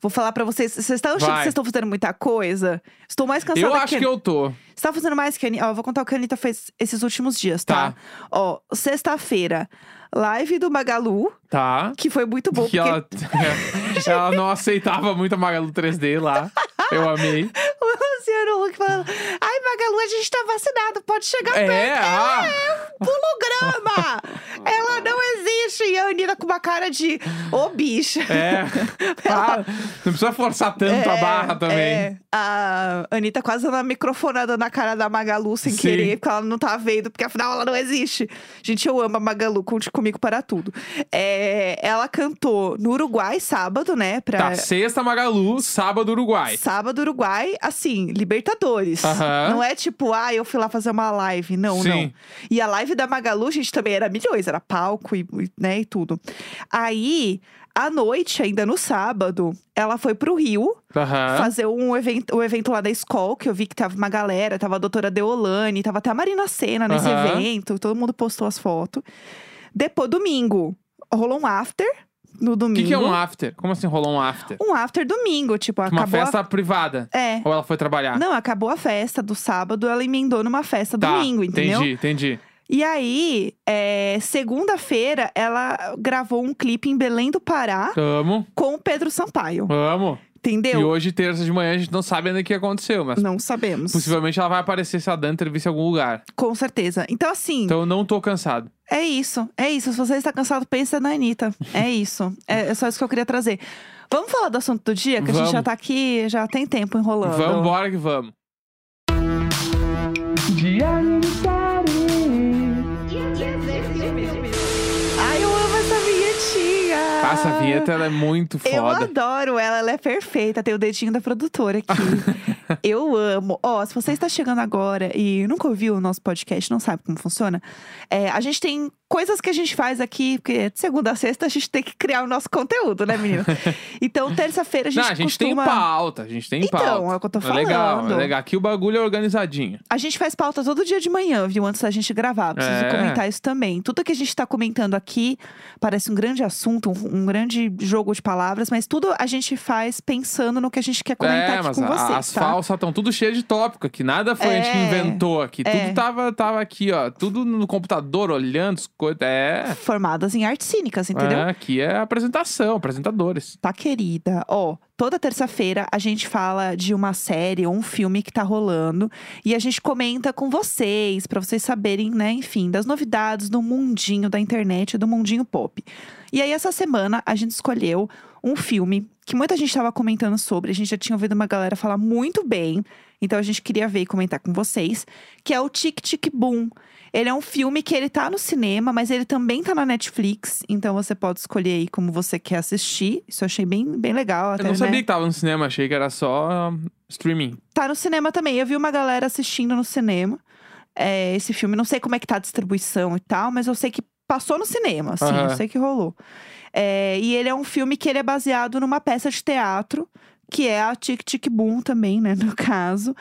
[SPEAKER 2] vou falar pra vocês. Vocês estão achando que
[SPEAKER 1] Vai.
[SPEAKER 2] vocês estão fazendo muita coisa? Estou mais cansada
[SPEAKER 1] Eu acho
[SPEAKER 2] a
[SPEAKER 1] que eu tô.
[SPEAKER 2] você tá fazendo mais que a Anitta? Ó, eu vou contar o que a Anitta fez esses últimos dias, tá?
[SPEAKER 1] Tá.
[SPEAKER 2] Ó, sexta-feira, live do Magalu,
[SPEAKER 1] Tá?
[SPEAKER 2] que foi muito bom,
[SPEAKER 1] que
[SPEAKER 2] porque
[SPEAKER 1] ela, ela não aceitava muito a Magalu 3D lá. Eu amei.
[SPEAKER 2] o Luciano Huck falando: Ai, Magalu, a gente tá vacinado, pode chegar
[SPEAKER 1] É, ah,
[SPEAKER 2] Pulograma! Ela não existe! E a Anitta com uma cara de ô bicha.
[SPEAKER 1] é. Ah, não precisa forçar tanto a barra também.
[SPEAKER 2] É. A Anitta quase dando uma microfonada na cara da Magalu sem
[SPEAKER 1] Sim.
[SPEAKER 2] querer, porque ela não tá vendo, porque afinal ela não existe. Gente, eu amo a Magalu, conte comigo para tudo. É, ela cantou no Uruguai sábado, né? Pra
[SPEAKER 1] Tá, sexta Magalu, sábado Uruguai.
[SPEAKER 2] sábado, Uruguai, assim, Libertadores.
[SPEAKER 1] Aham.
[SPEAKER 2] Não é tipo, ah, eu fui lá fazer uma live. Não,
[SPEAKER 1] Sim.
[SPEAKER 2] não. E a live da Magalu, gente, também era milhões, era palco e, e, né, e tudo. Aí, à noite, ainda no sábado, ela foi pro Rio
[SPEAKER 1] Aham.
[SPEAKER 2] fazer um evento, um evento lá da escola, que eu vi que tava uma galera, tava a doutora Deolane, tava até a Marina Senna nesse
[SPEAKER 1] Aham.
[SPEAKER 2] evento, todo mundo postou as fotos. Depois, domingo, rolou um after no
[SPEAKER 1] O
[SPEAKER 2] domingo.
[SPEAKER 1] que, que é um after? Como assim rolou um after?
[SPEAKER 2] Um after domingo, tipo,
[SPEAKER 1] Uma
[SPEAKER 2] acabou a-
[SPEAKER 1] festa privada.
[SPEAKER 2] É,
[SPEAKER 1] Ou ela foi trabalhar?
[SPEAKER 2] não, acabou a festa do sábado, ela emendou numa festa
[SPEAKER 1] Ah. tá,
[SPEAKER 2] domingo, entendeu?
[SPEAKER 1] Entendi, entendi.
[SPEAKER 2] E aí, é, segunda-feira, ela gravou um clipe em Belém do Pará
[SPEAKER 1] Amo,
[SPEAKER 2] com o Pedro Sampaio.
[SPEAKER 1] amo.
[SPEAKER 2] Entendeu?
[SPEAKER 1] E hoje, terça de manhã, a gente não sabe ainda o que aconteceu, mas
[SPEAKER 2] Não sabemos.
[SPEAKER 1] possivelmente ela vai aparecer se a Dan entrevista em algum lugar.
[SPEAKER 2] Com certeza. Então, assim,
[SPEAKER 1] Então eu não tô cansado.
[SPEAKER 2] é isso. É isso. Se você está cansado, pensa na Anitta. É isso. É, é só isso que eu queria trazer. Vamos falar do assunto do dia, que a
[SPEAKER 1] Vamos.
[SPEAKER 2] gente já tá aqui, já tem tempo enrolando.
[SPEAKER 1] Vamos embora que vamos.
[SPEAKER 2] Ai, eu amo essa vinhetinha.
[SPEAKER 1] Ah, essa vinheta ela é muito
[SPEAKER 2] Eu
[SPEAKER 1] foda.
[SPEAKER 2] adoro ela, ela é perfeita. Tem o dedinho da produtora aqui. eu amo. Ó, se você está chegando agora e nunca ouviu o nosso podcast, não sabe como funciona, é, a gente tem coisas que a gente faz aqui, porque de segunda a sexta a gente tem que criar o nosso conteúdo, né, menino? então, terça-feira a gente
[SPEAKER 1] não, a gente
[SPEAKER 2] costuma.
[SPEAKER 1] tem um pauta, a gente tem
[SPEAKER 2] Então,
[SPEAKER 1] pauta.
[SPEAKER 2] é o que eu tô
[SPEAKER 1] É legal, é
[SPEAKER 2] falando.
[SPEAKER 1] legal. Aqui o bagulho é organizadinho.
[SPEAKER 2] A gente faz pauta todo dia de manhã, viu? Antes da gente gravar. Preciso
[SPEAKER 1] É.
[SPEAKER 2] comentar isso também. Tudo que a gente está comentando aqui parece um grande assunto, um, um grande jogo de palavras, mas tudo a gente faz pensando no que a gente quer comentar
[SPEAKER 1] é,
[SPEAKER 2] aqui
[SPEAKER 1] mas
[SPEAKER 2] com
[SPEAKER 1] a-
[SPEAKER 2] vocês.
[SPEAKER 1] as
[SPEAKER 2] tá?
[SPEAKER 1] falsas estão tudo cheio de tópico aqui. Nada foi a gente que
[SPEAKER 2] É,
[SPEAKER 1] inventou aqui.
[SPEAKER 2] é.
[SPEAKER 1] Tudo tava, tava aqui, ó. Tudo no computador, olhando as coisas. É.
[SPEAKER 2] Formadas em artes cênicas, entendeu?
[SPEAKER 1] é, Aqui é apresentação, apresentadores.
[SPEAKER 2] Tá, querida. Ó, toda terça-feira a gente fala de uma série ou um filme que tá rolando e a gente comenta com vocês, pra vocês saberem, né, enfim, das novidades do mundinho da internet, do mundinho pop. E aí, essa semana, a gente escolheu um filme que muita gente tava comentando sobre, a gente já tinha ouvido uma galera falar muito bem, então a gente queria ver e comentar com vocês, que é o Tic Tic Boom. Ele é um filme que ele tá no cinema, mas ele também tá na Netflix. Então você pode escolher aí como você quer assistir. Isso eu achei bem, bem legal. Até,
[SPEAKER 1] Eu não sabia
[SPEAKER 2] Né?
[SPEAKER 1] que tava no cinema, achei que era só hum, streaming.
[SPEAKER 2] Tá no cinema também. Eu vi uma galera assistindo no cinema é, esse filme. Não sei como é que tá a distribuição e tal, mas eu sei que passou no cinema, assim.
[SPEAKER 1] Aham.
[SPEAKER 2] Eu sei que rolou. É, e ele é um filme que ele é baseado numa peça de teatro. Que é a Tic Tic Boom também, né, no caso.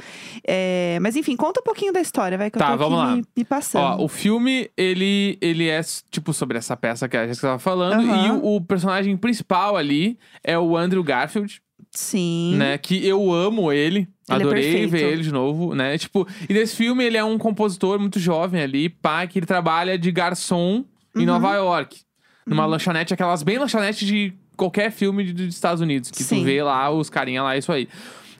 [SPEAKER 2] É, mas enfim, conta um pouquinho da história, vai, que
[SPEAKER 1] Tá,
[SPEAKER 2] eu tô aqui
[SPEAKER 1] vamos lá.
[SPEAKER 2] Me, me passando.
[SPEAKER 1] Ó, o filme, ele, ele é, tipo, sobre essa peça que a Jessica tava falando.
[SPEAKER 2] Aham.
[SPEAKER 1] E o, o personagem principal ali é o Andrew Garfield,
[SPEAKER 2] Sim.
[SPEAKER 1] né? Que eu amo ele.
[SPEAKER 2] Ele é
[SPEAKER 1] Adorei
[SPEAKER 2] perfeito.
[SPEAKER 1] ver ele de novo, né? Tipo, e nesse filme ele é um compositor muito jovem ali, pá, que ele trabalha de garçom em
[SPEAKER 2] Uhum.
[SPEAKER 1] Nova York. Numa lanchonete, aquelas bem lanchonete de qualquer filme de- dos Estados Unidos. Que
[SPEAKER 2] Sim.
[SPEAKER 1] tu vê lá os carinha lá, isso aí.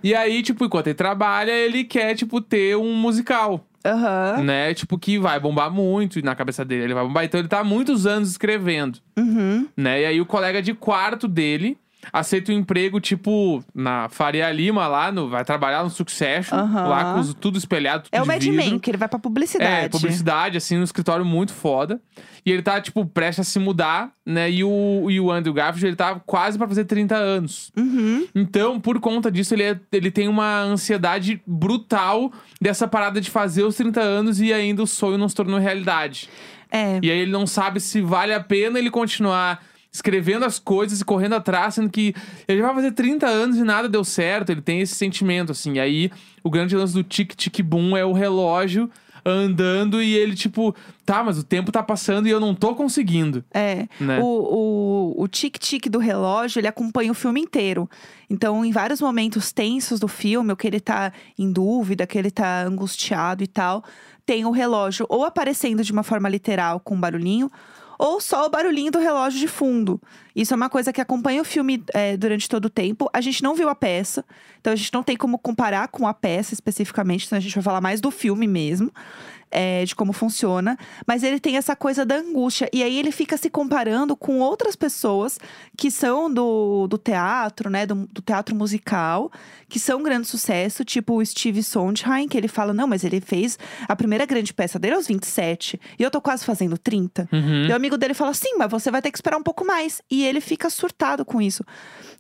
[SPEAKER 1] E aí, tipo, enquanto ele trabalha, ele quer, tipo, ter um musical
[SPEAKER 2] Aham.
[SPEAKER 1] né? Tipo, que vai bombar muito e na cabeça dele, ele vai bombar. Então ele tá há muitos anos escrevendo,
[SPEAKER 2] Uhum.
[SPEAKER 1] né? E aí o colega de quarto dele aceita um emprego, tipo, na Faria Lima lá, no, vai trabalhar no Succession,
[SPEAKER 2] Aham.
[SPEAKER 1] lá com os- tudo espelhado, tudo
[SPEAKER 2] É o
[SPEAKER 1] de
[SPEAKER 2] Mad
[SPEAKER 1] vidro.
[SPEAKER 2] Men, que ele vai pra publicidade.
[SPEAKER 1] É, publicidade, assim, num escritório muito foda. E ele tá, tipo, prestes a se mudar, né? E o, e o Andrew Garfield, ele tá quase pra fazer 30 anos.
[SPEAKER 2] Uhum.
[SPEAKER 1] Então, por conta disso, ele, é- ele tem uma ansiedade brutal dessa parada de fazer os 30 anos e ainda o sonho não se tornou realidade.
[SPEAKER 2] É.
[SPEAKER 1] E aí ele não sabe se vale a pena ele continuar escrevendo as coisas e correndo atrás, sendo que ele vai fazer 30 anos e nada deu certo. Ele tem esse sentimento, assim. E aí o grande lance do tic-tic-boom é o relógio andando e ele, tipo, tá, mas o tempo tá passando e eu não tô conseguindo.
[SPEAKER 2] É.
[SPEAKER 1] Né?
[SPEAKER 2] O, o, o tic-tic do relógio, ele acompanha o filme inteiro. Então, em vários momentos tensos do filme, o que ele tá em dúvida, que ele tá angustiado e tal, tem o relógio ou aparecendo de uma forma literal com um barulhinho, ou só o barulhinho do relógio de fundo. Isso é uma coisa que acompanha o filme é, durante todo o tempo. A gente não viu a peça, então a gente não tem como comparar com a peça especificamente, então a gente vai falar mais do filme mesmo, é, de como funciona. Mas ele tem essa coisa da angústia, e aí ele fica se comparando com outras pessoas que são do, do teatro, né, do, do teatro musical, que são um grande sucesso, tipo o Steve Sondheim, que ele fala, não, mas ele fez a primeira grande peça dele aos 27, e eu tô quase fazendo 30.
[SPEAKER 1] Uhum.
[SPEAKER 2] E o amigo dele fala: sim, mas você vai ter que esperar um pouco mais. E ele fica surtado com isso.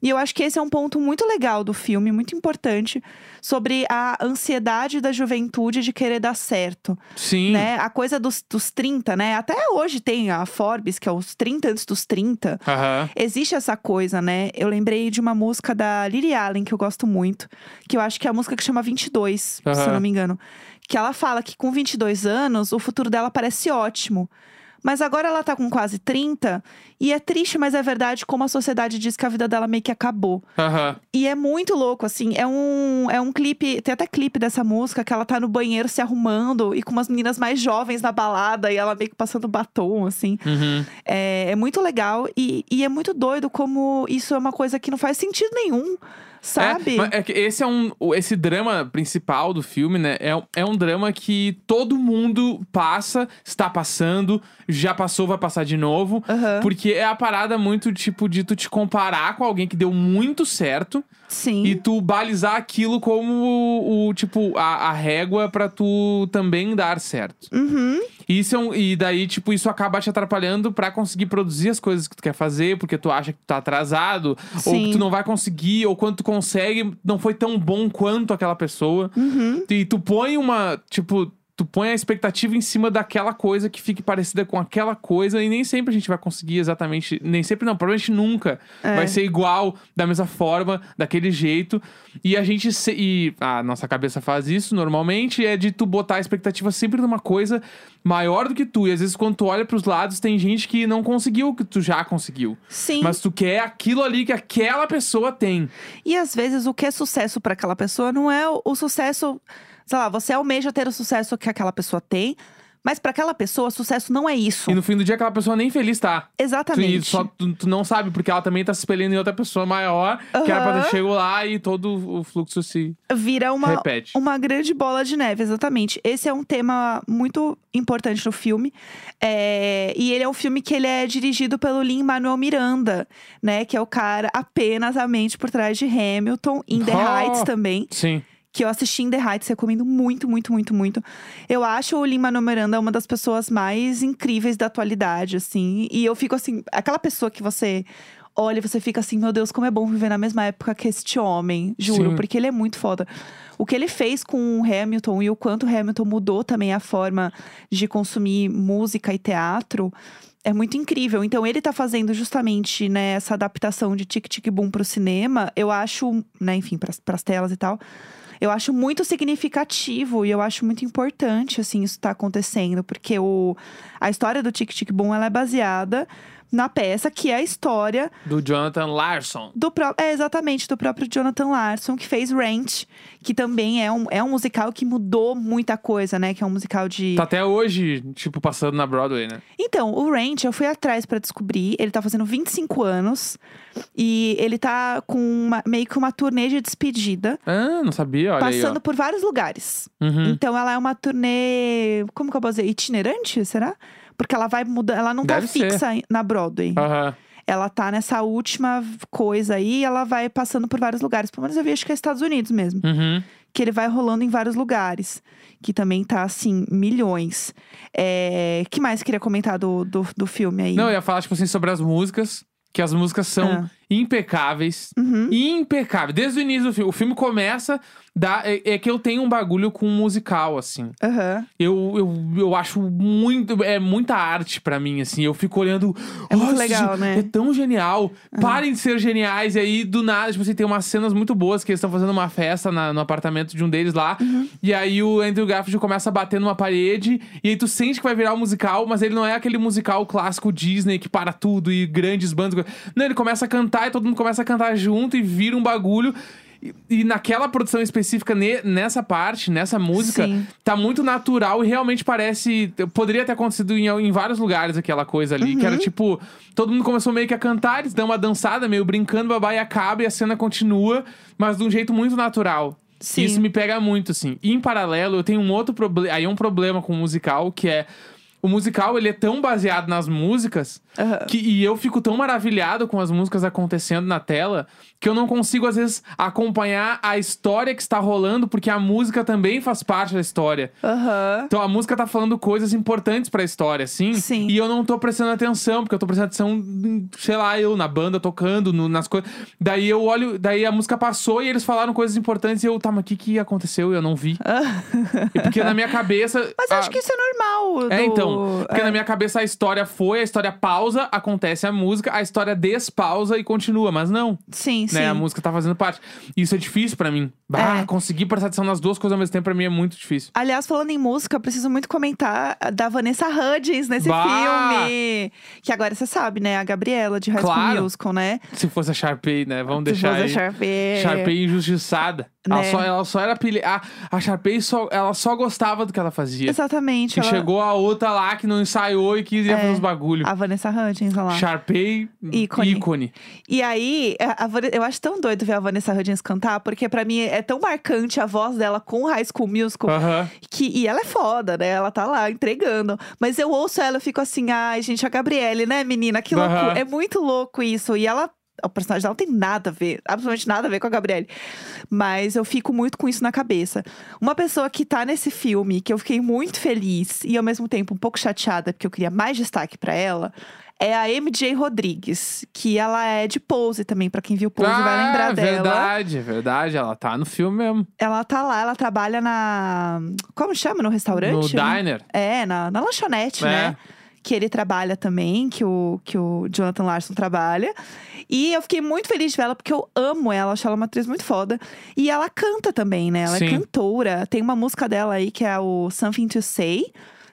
[SPEAKER 2] E eu acho que esse é um ponto muito legal do filme, muito importante, sobre a ansiedade da juventude de querer dar certo.
[SPEAKER 1] Sim.
[SPEAKER 2] né? A coisa dos, dos 30, né? Até hoje tem a Forbes, que é os 30 antes dos 30.
[SPEAKER 1] Aham.
[SPEAKER 2] Existe essa coisa, né? Eu lembrei de uma música da Lily Allen, que eu gosto muito, que eu acho que é a música que chama 22, se eu
[SPEAKER 1] Aham.
[SPEAKER 2] não me engano. Que ela fala que com 22 anos, o futuro dela parece ótimo. Mas agora ela tá com quase 30, e é triste, mas é verdade como a sociedade diz que a vida dela meio que acabou.
[SPEAKER 1] Aham.
[SPEAKER 2] E é muito louco, assim. É um, é um clipe, tem até clipe dessa música que ela tá no banheiro se arrumando e com umas meninas mais jovens na balada e ela meio que passando batom, assim.
[SPEAKER 1] Uhum.
[SPEAKER 2] É, é muito legal e, e é muito doido como isso é uma coisa que não faz sentido nenhum. Sabe?
[SPEAKER 1] É, mas é que esse é um. o- Esse drama principal do filme, né? É, um- é um drama que todo mundo passa, está passando, já passou, vai passar de novo.
[SPEAKER 2] Aham.
[SPEAKER 1] Porque é a parada muito, tipo, de tu te comparar com alguém que deu muito certo
[SPEAKER 2] Sim.
[SPEAKER 1] e tu balizar aquilo como o, o, tipo, a, a régua pra tu também dar certo.
[SPEAKER 2] Uhum.
[SPEAKER 1] E Isso é um, e daí, tipo, isso acaba te atrapalhando pra conseguir produzir as coisas que tu quer fazer, porque tu acha que tu tá atrasado, ou
[SPEAKER 2] Sim.
[SPEAKER 1] que tu não vai conseguir, ou quando tu consegue, não foi tão bom quanto aquela pessoa.
[SPEAKER 2] Uhum.
[SPEAKER 1] E tu põe uma, tipo, tu põe a expectativa em cima daquela coisa que fique parecida com aquela coisa, e nem sempre a gente vai conseguir exatamente, nem sempre não, provavelmente nunca
[SPEAKER 2] É.
[SPEAKER 1] vai ser igual, da mesma forma, daquele jeito. E a gente se- e a nossa cabeça faz isso normalmente, é de tu botar a expectativa sempre numa coisa maior do que tu, e às vezes quando tu olha pros lados, tem gente que não conseguiu o que tu já conseguiu.
[SPEAKER 2] Sim.
[SPEAKER 1] Mas tu quer aquilo ali que aquela pessoa tem.
[SPEAKER 2] E às vezes o que é sucesso para aquela pessoa não é o, o sucesso. Sei lá, você almeja ter o sucesso que aquela pessoa tem, mas para aquela pessoa, sucesso não é isso.
[SPEAKER 1] E no fim do dia aquela pessoa nem feliz tá. Tu, e
[SPEAKER 2] Exatamente.
[SPEAKER 1] só tu, tu não sabe, porque ela também tá se espelhando em outra pessoa maior, que era pra
[SPEAKER 2] Aham.
[SPEAKER 1] ter chego lá e todo o fluxo se
[SPEAKER 2] Vira uma, um-
[SPEAKER 1] repete.
[SPEAKER 2] uma grande bola de neve, exatamente. Esse é um tema muito importante no filme. É, E ele é um filme que ele é dirigido pelo Lin-Manuel Miranda, né? Que é o cara apenas a mente por trás de Hamilton, In The
[SPEAKER 1] Oh.
[SPEAKER 2] Heights também.
[SPEAKER 1] Sim.
[SPEAKER 2] que eu assisti em The Heights, recomendo muito, muito, muito, muito. Eu acho o Lin-Manuel Miranda uma das pessoas mais incríveis da atualidade, assim. E eu fico assim, aquela pessoa que você olha e você fica assim, meu Deus, como é bom viver na mesma época que este homem, juro,
[SPEAKER 1] Sim.
[SPEAKER 2] porque ele é muito foda. O que ele fez com o Hamilton e o quanto o Hamilton mudou também a forma de consumir música e teatro. É muito incrível. Então, ele tá fazendo justamente né, essa adaptação de Tic Tic Boom pro cinema. Eu acho, né, enfim, pras, pras telas e tal. Eu acho muito significativo e eu acho muito importante, assim, isso tá acontecendo. Porque o, a história do Tic Tic Boom, ela é baseada na peça, que é a história
[SPEAKER 1] Do Jonathan Larson.
[SPEAKER 2] do próprio. É, exatamente, do próprio Jonathan Larson, que fez Rent, que também é um, é um musical que mudou muita coisa, né? Que é um musical de.
[SPEAKER 1] Tá até hoje, tipo, passando na Broadway, né?
[SPEAKER 2] Então, o Ranch, eu fui atrás pra descobrir. Ele tá fazendo 25 anos. E ele tá com uma- meio que uma turnê de despedida.
[SPEAKER 1] Ah, não sabia, olha
[SPEAKER 2] passando
[SPEAKER 1] aí.
[SPEAKER 2] por vários lugares.
[SPEAKER 1] Ó. Uhum.
[SPEAKER 2] Então, ela é uma turnê... Como que eu posso dizer? Itinerante, será? Porque ela vai mudando... Ela não
[SPEAKER 1] Deve
[SPEAKER 2] tá
[SPEAKER 1] ser. Ah.
[SPEAKER 2] fixa em- na Broadway.
[SPEAKER 1] Aham.
[SPEAKER 2] Ela tá nessa última coisa aí. e Ela vai passando por vários lugares. Pelo menos eu vi, acho que é Estados Unidos mesmo
[SPEAKER 1] Uhum.
[SPEAKER 2] que ele vai rolando em vários lugares. Que também tá, assim, milhões. É... que mais queria comentar do, do, do filme aí?
[SPEAKER 1] Não, eu ia falar, tipo assim, sobre as músicas. Que as músicas são
[SPEAKER 2] Ah.
[SPEAKER 1] impecáveis.
[SPEAKER 2] Uhum.
[SPEAKER 1] Impecáveis. Desde o início do filme. O filme começa. Da, é, é que eu tenho um bagulho com musical, assim.
[SPEAKER 2] Aham.
[SPEAKER 1] Eu, eu, eu acho muito. É muita arte pra mim, assim. Eu fico olhando.
[SPEAKER 2] É muito
[SPEAKER 1] "Nossa,
[SPEAKER 2] legal, né?"
[SPEAKER 1] É tão genial. Parem de ser geniais. E aí, do nada, tipo, assim, tem umas cenas muito boas que eles estão fazendo uma festa na- no apartamento de um deles lá.
[SPEAKER 2] Uhum.
[SPEAKER 1] E aí o Andrew Garfield começa a bater numa parede. E aí tu sente que vai virar um musical, mas ele não é aquele musical clássico Disney que para tudo e grandes bandas. Não, ele começa a cantar e todo mundo começa a cantar junto e vira um bagulho. E, e naquela produção específica, ne- nessa parte, nessa música,
[SPEAKER 2] Sim.
[SPEAKER 1] tá muito natural e realmente parece. Poderia ter acontecido em, em vários lugares aquela coisa ali. Que era tipo, todo mundo começou meio que a cantar, eles dão uma dançada, meio brincando, babá, e acaba e a cena continua, mas de um jeito muito natural.
[SPEAKER 2] Sim.
[SPEAKER 1] Isso me pega muito, assim. E em paralelo, eu tenho um outro problema. Aí é um problema com o musical, que é. O musical, ele é tão baseado nas músicas
[SPEAKER 2] Aham.
[SPEAKER 1] que, e eu fico tão maravilhado com as músicas acontecendo na tela que eu não consigo, às vezes, acompanhar a história que está rolando, porque a música também faz parte da história.
[SPEAKER 2] Aham.
[SPEAKER 1] Então a música tá falando coisas importantes pra história, assim.
[SPEAKER 2] Sim.
[SPEAKER 1] E eu não tô prestando atenção, porque eu tô prestando atenção, em, sei lá, eu na banda tocando, no- nas coisas. Daí eu olho, daí a música passou e eles falaram coisas importantes e eu, tá, mas o que, que aconteceu? Eu não vi. E porque na minha cabeça.
[SPEAKER 2] Mas eu acho
[SPEAKER 1] a-
[SPEAKER 2] que isso é normal.
[SPEAKER 1] Ah. é,
[SPEAKER 2] do-
[SPEAKER 1] então. Porque
[SPEAKER 2] É.
[SPEAKER 1] na minha cabeça a história foi, a história pausa, acontece a música, a história despausa e continua, mas não,
[SPEAKER 2] Ah, Sim, sim.
[SPEAKER 1] né? A música tá fazendo parte. Isso é difícil pra mim. Ah,
[SPEAKER 2] É.
[SPEAKER 1] conseguir prestar atenção nas duas coisas ao mesmo tempo pra mim é muito difícil.
[SPEAKER 2] Aliás, falando em música, eu preciso muito comentar da Vanessa Hudgens nesse
[SPEAKER 1] Bah!
[SPEAKER 2] filme. Que agora você sabe, né? A Gabriela de High School
[SPEAKER 1] Claro.
[SPEAKER 2] Musical, né?
[SPEAKER 1] Se fosse a Sharpay, né? Vamos
[SPEAKER 2] Se
[SPEAKER 1] deixar
[SPEAKER 2] fosse a
[SPEAKER 1] aí.
[SPEAKER 2] Sharpay.
[SPEAKER 1] Sharpay injustiçada. Ela,
[SPEAKER 2] É. né?
[SPEAKER 1] só, ela só era pilha. A, a Sharpay só, ela só gostava do que ela fazia.
[SPEAKER 2] Exatamente.
[SPEAKER 1] E
[SPEAKER 2] ela-
[SPEAKER 1] chegou a outra lá que não ensaiou e que ia fazer uns bagulho.
[SPEAKER 2] A Vanessa Hudgens, olha Ah, lá.
[SPEAKER 1] Sharpay,
[SPEAKER 2] Ícone.
[SPEAKER 1] ícone.
[SPEAKER 2] E aí, a- a Vane- eu acho tão doido ver a Vanessa Hudgens cantar, porque pra mim é tão marcante a voz dela com High School Musical.
[SPEAKER 1] Aham.
[SPEAKER 2] Que, e ela é foda, né? Ela tá lá entregando. Mas eu ouço ela, eu fico assim, ai, gente, a Gabriele, né, menina? Que louco.
[SPEAKER 1] Aham.
[SPEAKER 2] É muito louco isso. E ela. O personagem dela não tem nada a ver, absolutamente nada a ver com a Gabriele. Mas eu fico muito com isso na cabeça. Uma pessoa que tá nesse filme, que eu fiquei muito feliz e ao mesmo tempo um pouco chateada, porque eu queria mais destaque pra ela, é a MJ Rodrigues, que ela é de pose também, pra quem viu pose vai lembrar dela.
[SPEAKER 1] Ah, verdade, verdade. Ela tá no filme mesmo.
[SPEAKER 2] Ela tá lá, ela trabalha na. Como chama? No
[SPEAKER 1] no
[SPEAKER 2] restaurante?
[SPEAKER 1] diner.
[SPEAKER 2] É, na, na lanchonete,
[SPEAKER 1] É.
[SPEAKER 2] né? Que ele trabalha também, que o, que o Jonathan Larson trabalha. E eu fiquei muito feliz de ver ela, porque eu amo ela, acho ela uma atriz muito foda. E ela canta também, né? Ela
[SPEAKER 1] Sim.
[SPEAKER 2] é cantora. Tem uma música dela aí que é o Something to Say,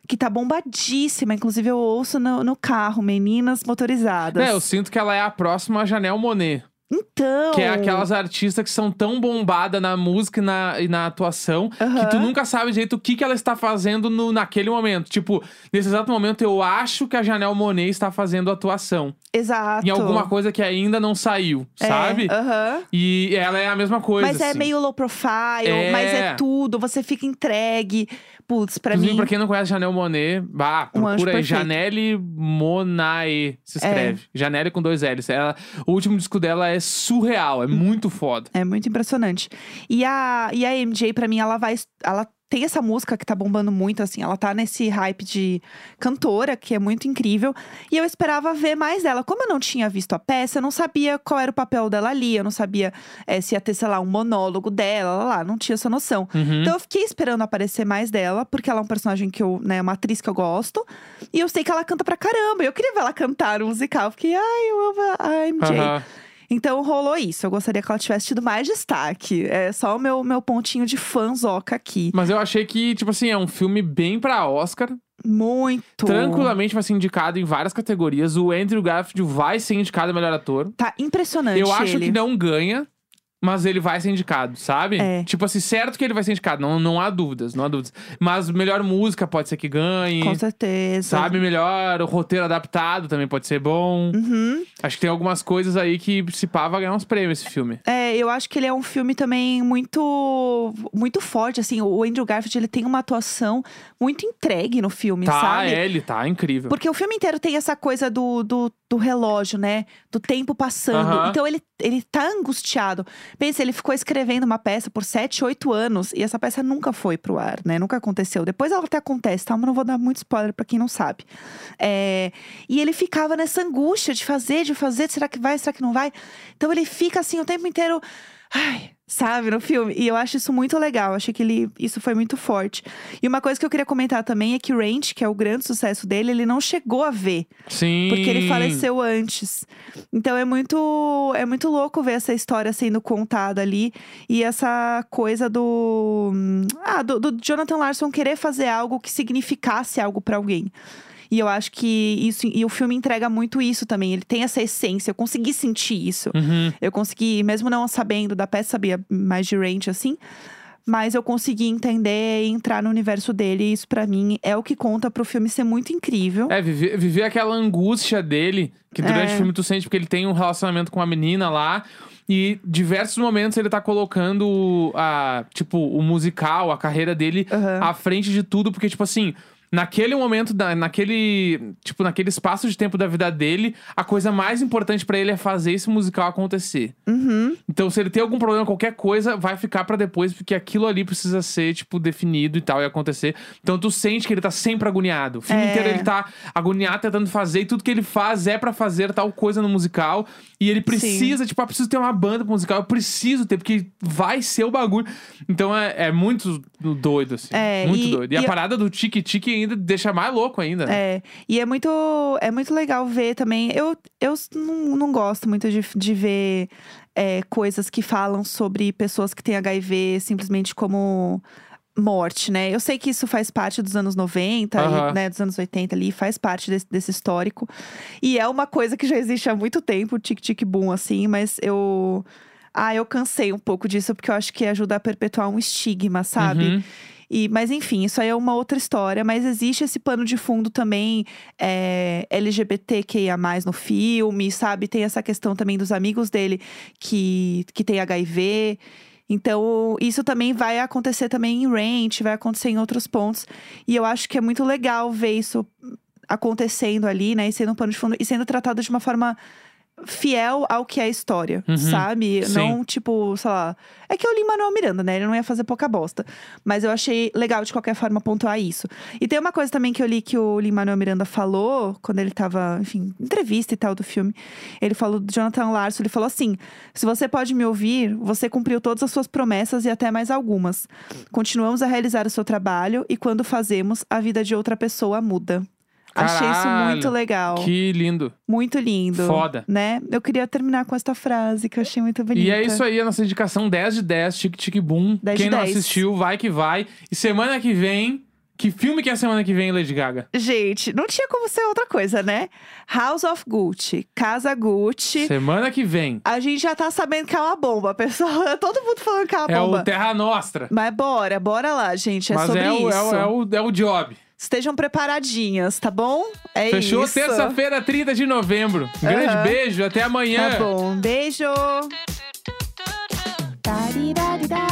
[SPEAKER 2] que tá bombadíssima. Inclusive, eu ouço no, no carro, meninas motorizadas.
[SPEAKER 1] É, eu sinto que ela é a próxima Janelle Monet.
[SPEAKER 2] Então.
[SPEAKER 1] Que é aquelas artistas que são tão bombadas na música e na, e na atuação
[SPEAKER 2] Aham.
[SPEAKER 1] que tu nunca sabe direito o que, que ela está fazendo no, naquele momento. Tipo, nesse exato momento eu acho que a Janelle Monet está fazendo atuação
[SPEAKER 2] Exato.
[SPEAKER 1] em alguma coisa que ainda não saiu,
[SPEAKER 2] É,
[SPEAKER 1] sabe?
[SPEAKER 2] Aham.
[SPEAKER 1] E ela é a mesma coisa.
[SPEAKER 2] Mas é
[SPEAKER 1] assim.
[SPEAKER 2] meio low profile,
[SPEAKER 1] É.
[SPEAKER 2] mas é tudo, você fica entregue. Putz, pra
[SPEAKER 1] Inclusive,
[SPEAKER 2] mim.
[SPEAKER 1] pra quem não conhece Janelle Monet, bah,
[SPEAKER 2] Um anjo
[SPEAKER 1] procura
[SPEAKER 2] perfeito.
[SPEAKER 1] aí.
[SPEAKER 2] É.
[SPEAKER 1] Janelle Monae se escreve. Janelle com dois L's. Ela, o último disco dela é surreal, é
[SPEAKER 2] Hum.
[SPEAKER 1] muito foda.
[SPEAKER 2] É muito impressionante. E a, e a MJ, pra mim, ela vai. Ela tem essa música que tá bombando muito, assim. Ela tá nesse hype de cantora, que é muito incrível. E eu esperava ver mais dela. Como eu não tinha visto a peça, eu não sabia qual era o papel dela ali. Eu não sabia eh, se ia ter, sei lá, um monólogo dela, lá, lá. Não tinha essa noção.
[SPEAKER 1] Uhum.
[SPEAKER 2] Então eu fiquei esperando aparecer mais dela, porque ela é um personagem que eu, né, uma atriz que eu gosto. E eu sei que ela canta pra caramba. Eu queria ver ela cantar um musical. Fiquei, ai, eu amo a a MJ.
[SPEAKER 1] Aham.
[SPEAKER 2] Então rolou isso. Eu gostaria que ela tivesse tido mais destaque. É só o meu, meu pontinho de fanzoca aqui.
[SPEAKER 1] Mas eu achei que, tipo assim, é um filme bem pra Oscar.
[SPEAKER 2] Muito.
[SPEAKER 1] Tranquilamente vai ser indicado em várias categorias. O Andrew Garfield vai ser indicado a melhor ator.
[SPEAKER 2] Tá impressionante.
[SPEAKER 1] Eu acho
[SPEAKER 2] ele.
[SPEAKER 1] que não ganha, mas ele vai ser indicado, sabe?
[SPEAKER 2] É.
[SPEAKER 1] Tipo assim, certo que ele vai ser indicado, não, não há dúvidas, não há dúvidas. Mas melhor música pode ser que ganhe.
[SPEAKER 2] Com certeza.
[SPEAKER 1] é Sabe, melhor, o roteiro adaptado também pode ser bom.
[SPEAKER 2] Uhum.
[SPEAKER 1] Acho que tem algumas coisas aí que se pá vai ganhar uns prêmios esse filme.
[SPEAKER 2] É, eu acho que ele é um filme também muito muito forte, assim. O Andrew Garfield, ele tem uma atuação muito entregue no filme,
[SPEAKER 1] tá,
[SPEAKER 2] sabe?
[SPEAKER 1] é, ele tá incrível.
[SPEAKER 2] Porque o filme inteiro tem essa coisa do, do, do relógio, né? Do tempo passando.
[SPEAKER 1] Aham.
[SPEAKER 2] Então ele, ele tá angustiado. Pensa, ele ficou escrevendo uma peça por 7, 8 anos e essa peça nunca foi pro ar, né? Nunca aconteceu. Depois ela até acontece, tá? Mas não vou dar muito spoiler pra quem não sabe. É, E ele ficava nessa angústia de fazer, de fazer. Será que vai? Será que não vai? Então ele fica assim o tempo inteiro. Ai, sabe, no filme. E eu acho isso muito legal. Eu Achei que ele, isso foi muito forte. E uma coisa que eu queria comentar também é que o Ranch, que é o grande sucesso dele, ele não chegou a ver,
[SPEAKER 1] Sim.
[SPEAKER 2] porque ele faleceu antes. Então é muito, é muito louco ver essa história sendo contada ali e essa coisa do, hum, ah, do, do Jonathan Larson querer fazer algo que significasse algo pra alguém. E eu acho que isso e o filme entrega muito isso também. Ele tem essa essência, eu consegui sentir isso.
[SPEAKER 1] Uhum.
[SPEAKER 2] Eu consegui, mesmo não sabendo da peça, sabia mais de range assim. Mas eu consegui entender e entrar no universo dele. E isso, pra mim, é o que conta pro filme ser muito incrível.
[SPEAKER 1] É, viver, viver aquela angústia dele, que durante
[SPEAKER 2] É.
[SPEAKER 1] o filme tu sente, porque ele tem um relacionamento com uma menina lá. E diversos momentos ele tá colocando a, tipo, o musical, a carreira dele
[SPEAKER 2] Aham.
[SPEAKER 1] à frente de tudo, porque, tipo assim. Naquele momento, da, naquele, tipo, naquele espaço de tempo da vida dele, a coisa mais importante pra ele é fazer esse musical acontecer.
[SPEAKER 2] Uhum.
[SPEAKER 1] Então, se ele tem algum problema, qualquer coisa, vai ficar pra depois, porque aquilo ali precisa ser, tipo, definido e tal, e acontecer. Então, tu sente que ele tá sempre agoniado. O filme
[SPEAKER 2] É.
[SPEAKER 1] inteiro ele tá agoniado, tentando fazer, e tudo que ele faz é pra fazer tal coisa no musical. E ele precisa, tipo, ah, preciso ter uma banda pro musical, eu preciso ter, porque vai ser o bagulho. Então, é, é muito doido, assim.
[SPEAKER 2] É,
[SPEAKER 1] muito
[SPEAKER 2] e-
[SPEAKER 1] doido. E, a
[SPEAKER 2] e-
[SPEAKER 1] parada do tique-tique ainda deixa mais louco ainda. né?
[SPEAKER 2] É. E é muito, é muito legal ver também. Eu, eu não, não gosto muito de, de ver é, coisas que falam sobre pessoas que têm HIV simplesmente como morte, né? Eu sei que isso faz parte dos anos 90, e,
[SPEAKER 1] Aham.
[SPEAKER 2] né, dos anos 80 ali, faz parte desse, desse histórico. E é uma coisa que já existe há muito tempo, o tic-tic-boom, assim, mas eu... Ah, eu cansei um pouco disso, porque eu acho que ajuda a perpetuar um estigma, sabe?
[SPEAKER 1] Uhum.
[SPEAKER 2] E, mas enfim, isso aí é uma outra história. Mas existe esse pano de fundo também é, LGBTQIA no filme, sabe? Tem essa questão também dos amigos dele que, que tem HIV. Então, isso também vai acontecer também em Ranch, vai acontecer em outros pontos. E eu acho que é muito legal ver isso acontecendo ali, né? E sendo um pano de fundo. E sendo tratado de uma forma fiel ao que é a história,
[SPEAKER 1] Uhum.
[SPEAKER 2] sabe?
[SPEAKER 1] Sim.
[SPEAKER 2] Não tipo, sei lá. É que é o Lin-Manuel Miranda, né? Ele não ia fazer pouca bosta. Mas eu achei legal, de qualquer forma, pontuar isso. E tem uma coisa também que eu li que o Lin-Manuel Miranda falou, quando ele tava, enfim, em entrevista e tal do filme. Ele falou do Jonathan Larson, ele falou assim: se você pode me ouvir, você cumpriu todas as suas promessas e até mais algumas. Continuamos a realizar o seu trabalho e quando fazemos, a vida de outra pessoa muda. Achei isso
[SPEAKER 1] Caralho,
[SPEAKER 2] muito legal.
[SPEAKER 1] Que lindo.
[SPEAKER 2] Muito lindo.
[SPEAKER 1] Foda.
[SPEAKER 2] Né? Eu queria terminar com esta frase que eu achei muito bonita.
[SPEAKER 1] E é isso aí, a nossa indicação 10 de 10, tic tic boom.
[SPEAKER 2] 10 de
[SPEAKER 1] Quem não
[SPEAKER 2] 10.
[SPEAKER 1] assistiu, vai que vai. E semana que vem, que filme que é semana que vem, Lady Gaga?
[SPEAKER 2] Gente, não tinha como ser outra coisa, né? House of Gucci, Casa Gucci.
[SPEAKER 1] Semana que vem.
[SPEAKER 2] A gente já tá sabendo que é uma bomba, pessoal. Todo mundo falando que é uma
[SPEAKER 1] É
[SPEAKER 2] bomba.
[SPEAKER 1] o Terra Nostra.
[SPEAKER 2] Mas bora, bora lá, gente. É
[SPEAKER 1] Mas
[SPEAKER 2] sobre
[SPEAKER 1] é o,
[SPEAKER 2] isso.
[SPEAKER 1] é, o, é, o, é o job.
[SPEAKER 2] Estejam preparadinhas, tá bom? É
[SPEAKER 1] Fechou
[SPEAKER 2] isso.
[SPEAKER 1] terça-feira, 30 de novembro. Um grande
[SPEAKER 2] Aham.
[SPEAKER 1] beijo, até amanhã.
[SPEAKER 2] Tá bom, beijo.
[SPEAKER 3] Da-dee-da-dee-da.